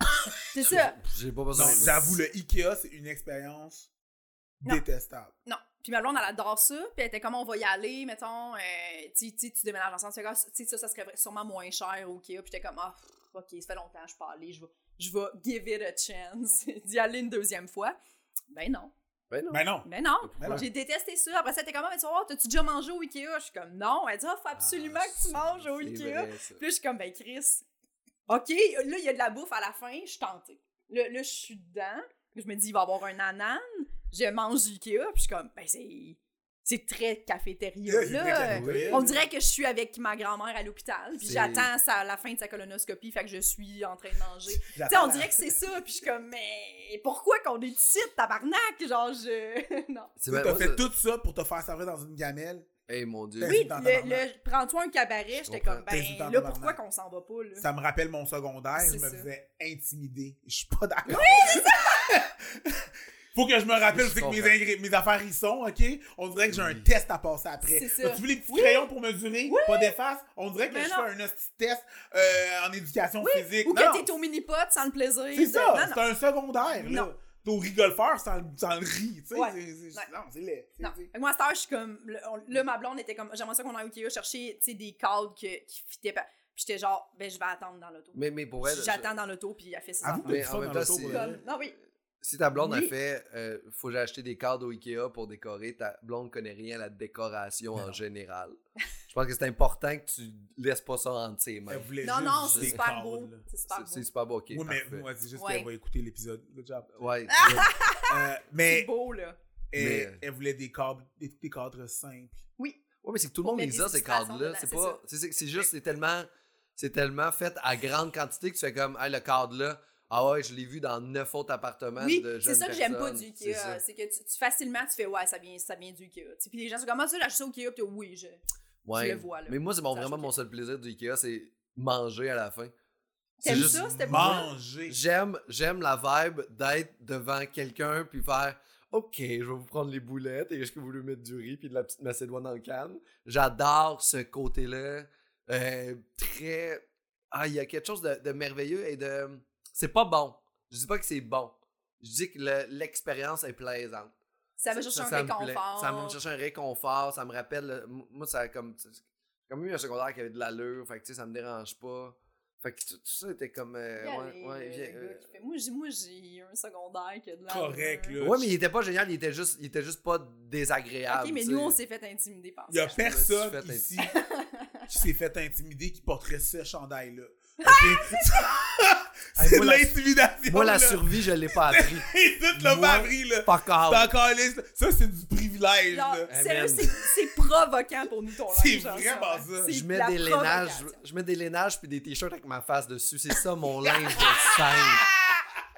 S2: C'est ça.
S3: J'ai pas besoin
S1: Non,
S3: de-
S1: j'avoue, le Ikea, c'est une expérience
S2: Non.
S1: détestable.
S2: Non. Puis ma blonde, elle adore ça. Puis elle était comme, on va y aller, mettons, euh, tu tu- tu déménages ensemble. Tu fais, ah, Tu sais, ça, ça serait sûrement moins cher au Kia. Puis j'étais comme, ah, pff, ok, ça fait longtemps, je peux aller. Je vais, je vais give it a chance d'y aller une deuxième fois. Ben non.
S3: Ben non.
S1: Ben non.
S2: Ben non.
S1: Ben non.
S2: J'ai détesté ça. Après ça, t'es comme, Ah, mais tu vas voir, t'as-tu déjà mangé au Ikea? Je suis comme, non. Elle dit, ah, faut absolument
S3: Ah,
S2: que tu manges au
S3: c'est
S2: Ikea.
S3: vrai, ça.
S2: Puis là, je suis comme, ben Chris, OK, là, il y a de la bouffe à la fin, je suis tentée. Là, là, je suis dedans. Je me dis, il va y avoir un anan. Je mange du Ikea. Puis je suis comme, ben c'est... C'est très cafétéria,
S1: Là, j'ai pris
S2: là.
S1: la nouvelle.
S2: On dirait que je suis avec ma grand-mère à l'hôpital, puis
S3: C'est-
S2: j'attends sa- la fin de sa colonoscopie, fait que je suis en train de manger. tu sais,
S1: J'attends
S2: on
S1: la-
S2: dirait que c'est ça, puis je suis comme, mais pourquoi qu'on est ici, tabarnak? Genre, je... non.
S1: Tu
S3: C'est vrai,
S1: t'as
S3: moi,
S1: fait
S3: ça-
S1: tout ça pour te faire servir dans une gamelle.
S3: Hey mon dieu.
S1: T'es
S2: Oui,
S1: une tante
S2: le,
S1: tabarnak.
S2: le- prends-toi un cabaret, j'étais
S3: comprends.
S2: comme,
S1: T'es une
S2: ben
S1: tante
S2: là, pourquoi
S1: tabarnak.
S2: qu'on s'en va pas, là?
S1: Ça me rappelle mon secondaire. Je
S2: C'est ça.
S1: me faisais intimider. Je suis pas d'accord. Faut que je me rappelle
S3: Je
S1: c'est que mes,
S3: comprends.
S1: ingré- mes affaires y sont, OK? On dirait que j'ai un
S3: Oui.
S1: test à passer après.
S2: C'est ça.
S1: As-tu vu les petits
S2: Oui.
S1: crayons pour mesurer? Pas d'efface? On dirait que
S2: Mais
S1: je
S2: non.
S1: fais un hostie de test euh, en éducation physique.
S2: Ou
S1: Non,
S2: que t'es au mini-pot sans le plaisir.
S1: C'est
S2: de-
S1: ça,
S2: Non,
S1: c'est un secondaire. là.
S2: Non.
S1: T'es au rigolfeur sans, le- sans le riz, tu sais.
S2: Ouais.
S1: c'est- c'est-
S2: Ouais.
S1: Non, c'est laid. C'est-
S2: non. non.
S1: c'est-
S2: Fait que Moi, à cette heure, je suis comme. le- on- Là, ma blonde était comme. J'aimerais ça qu'on aille au Kia chercher tu sais, des cadres que- qui fitaient pas. Puis j'étais genre, ben, je vais attendre dans l'auto.
S3: Mais, mais pour vrai,
S2: J'attends dans l'auto, puis elle fait ça.
S1: Avoue que
S3: Mais
S1: t'as
S3: en
S1: du
S3: même
S1: fun
S3: temps,
S1: dans l'auto,
S3: c'est-
S1: pour
S2: Comme,
S1: vrai.
S2: non, oui.
S3: si ta blonde
S2: Oui.
S3: a fait, euh, faut que j'ai acheté des cadres au Ikea pour décorer, ta blonde connaît rien à la décoration en général. Je pense que c'est important que tu laisses pas ça entre tes mains.
S1: Elle voulait
S2: Non,
S1: juste
S2: non,
S1: des
S2: c'est super
S1: cadres,
S2: beau.
S1: là.
S2: C'est super
S3: C'est
S2: beau.
S3: c'est super beau, ok.
S1: oui, mais
S3: parfait.
S1: moi, Ah! c'est juste
S2: Ouais.
S1: qu'elle va écouter l'épisode. Good job. Euh,
S3: Ouais.
S2: C'est
S1: mais
S2: beau, là.
S1: elle,
S3: Mais- euh,
S1: elle voulait des cadres, des, des cadres simples.
S3: Ouais, mais c'est que tout le
S2: Pour
S3: monde
S2: mettre
S3: les a,
S2: des
S3: ces
S2: illustrations
S3: cadres-là.
S2: dedans,
S3: C'est
S2: c'est
S3: pas. C'est c'est- c'est juste, c'est tellement. C'est tellement fait à grande quantité que tu fais comme, hey, le cadre-là, ah ouais, je l'ai vu dans neuf autres appartements
S2: Oui,
S3: de jeunes
S2: c'est ça que j'aime pas
S3: personnes.
S2: du
S3: C'est ça.
S2: Kia. C'est que tu, tu- facilement, tu fais, ouais, ça vient, ça vient du Kia. Tu sais, Puis les gens sont comme, ah, tu l'as acheté au Kia, puis oui, je.
S3: Ouais.
S2: le vois, là.
S3: Mais moi, c'est mon-
S2: Ça,
S3: vraiment
S2: je-
S3: mon seul plaisir du Ikea, c'est manger à la fin. C'est
S2: T'aimes
S3: juste
S2: ça, c'était beau? hein?
S1: Manger.
S3: J'aime, j'aime la vibe d'être devant quelqu'un puis faire OK, je vais vous prendre les boulettes et est-ce que vous voulez mettre du riz puis de la petite macédoine en canne. J'adore ce côté-là. Euh, très. Ah, il y a quelque chose de, de merveilleux et de. C'est pas bon. Je dis pas que c'est bon. Je dis que le- l'expérience est plaisante.
S2: Ça va chercher
S3: ça
S2: un
S3: me plaît.
S2: réconfort.
S3: Ça me cherche un réconfort, ça me rappelle. le- m- Moi, ça a comme. c'est- c'est comme eu un secondaire qui avait de l'allure, fait que tu sais, ça me dérange pas. Fait que tout, tout ça était comme. euh,
S2: Y aller,
S3: ouais, ouais,
S2: le-
S3: viens,
S2: le gars
S3: euh,
S2: qui fait, Moi, j'ai, moi, j'ai un secondaire qui a de euh, la.
S1: Correct, là.
S3: Ouais, mais il était pas génial, il était juste, il était juste pas désagréable.
S2: Ok, mais
S3: Ah, tu
S2: nous,
S3: sais.
S2: on s'est fait intimider par
S1: Il y a
S2: ça.
S1: personne
S3: me suis fait
S1: ici qui s'est fait intimider qui porterait ce chandail-là. OK? c'est
S3: Hey,
S1: de
S3: moi, la-
S1: l'intimidation.
S3: Moi,
S1: là.
S3: la survie, je l'ai pas appris.
S1: Et tout le
S3: Moi-
S1: mabri, là.
S3: Fuck
S1: C'est
S3: off.
S1: encore lisse. Ça, c'est du privilège,
S2: Genre,
S1: là.
S2: sérieux,
S3: Amen.
S2: c'est, c'est provoquant pour nous, ton linge.
S1: C'est
S2: genre,
S1: vraiment ça.
S2: C'est
S3: Je
S2: de
S3: mets
S2: la
S3: des lainages,
S2: provocation.
S3: je mets des lainages puis des t-shirts avec ma face dessus. C'est ça mon linge de scène.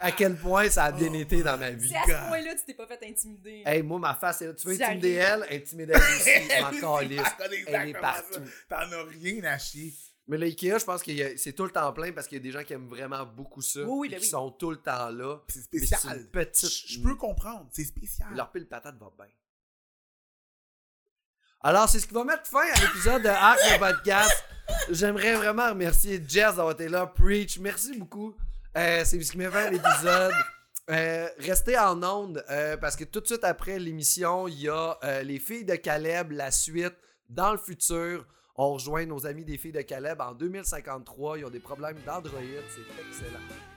S3: À quel point ça a bien été dans ma vie.
S2: C'est à
S1: God.
S2: ce point-là que tu t'es pas fait intimider.
S3: Hey, moi, ma face, elle- tu veux
S2: Ça
S3: intimider
S2: arrive.
S3: elle, intimider elle aussi, je m'en
S1: Elle
S3: calisse.
S1: connaît
S3: Elle est
S1: exactement ça.
S3: partout.
S1: T'en as rien à chier.
S3: Mais le Ikea, je pense que c'est tout le temps plein parce qu'il y a des gens qui aiment vraiment beaucoup ça.
S2: Oui, oui,
S3: et
S2: là,
S3: qui
S2: oui.
S3: sont tout le temps là.
S1: ben C'est
S3: Mais c'est
S1: spécial.
S3: une petite.
S1: Je je peux comprendre, c'est spécial.
S3: Leur pile patate va bien. Alors, c'est ce qui va mettre fin à l'épisode de Arc le podcast. J'aimerais vraiment remercier Jess d'avoir été là. Preach, merci beaucoup. Euh, c'est ce qui met fin à l'épisode. Euh, restez en onde euh, parce que tout de suite après l'émission, il y a euh, les filles de Caleb, la suite dans le futur. On rejoint nos amis des filles de Caleb en 2053. Ils ont des problèmes d'Android. C'est excellent.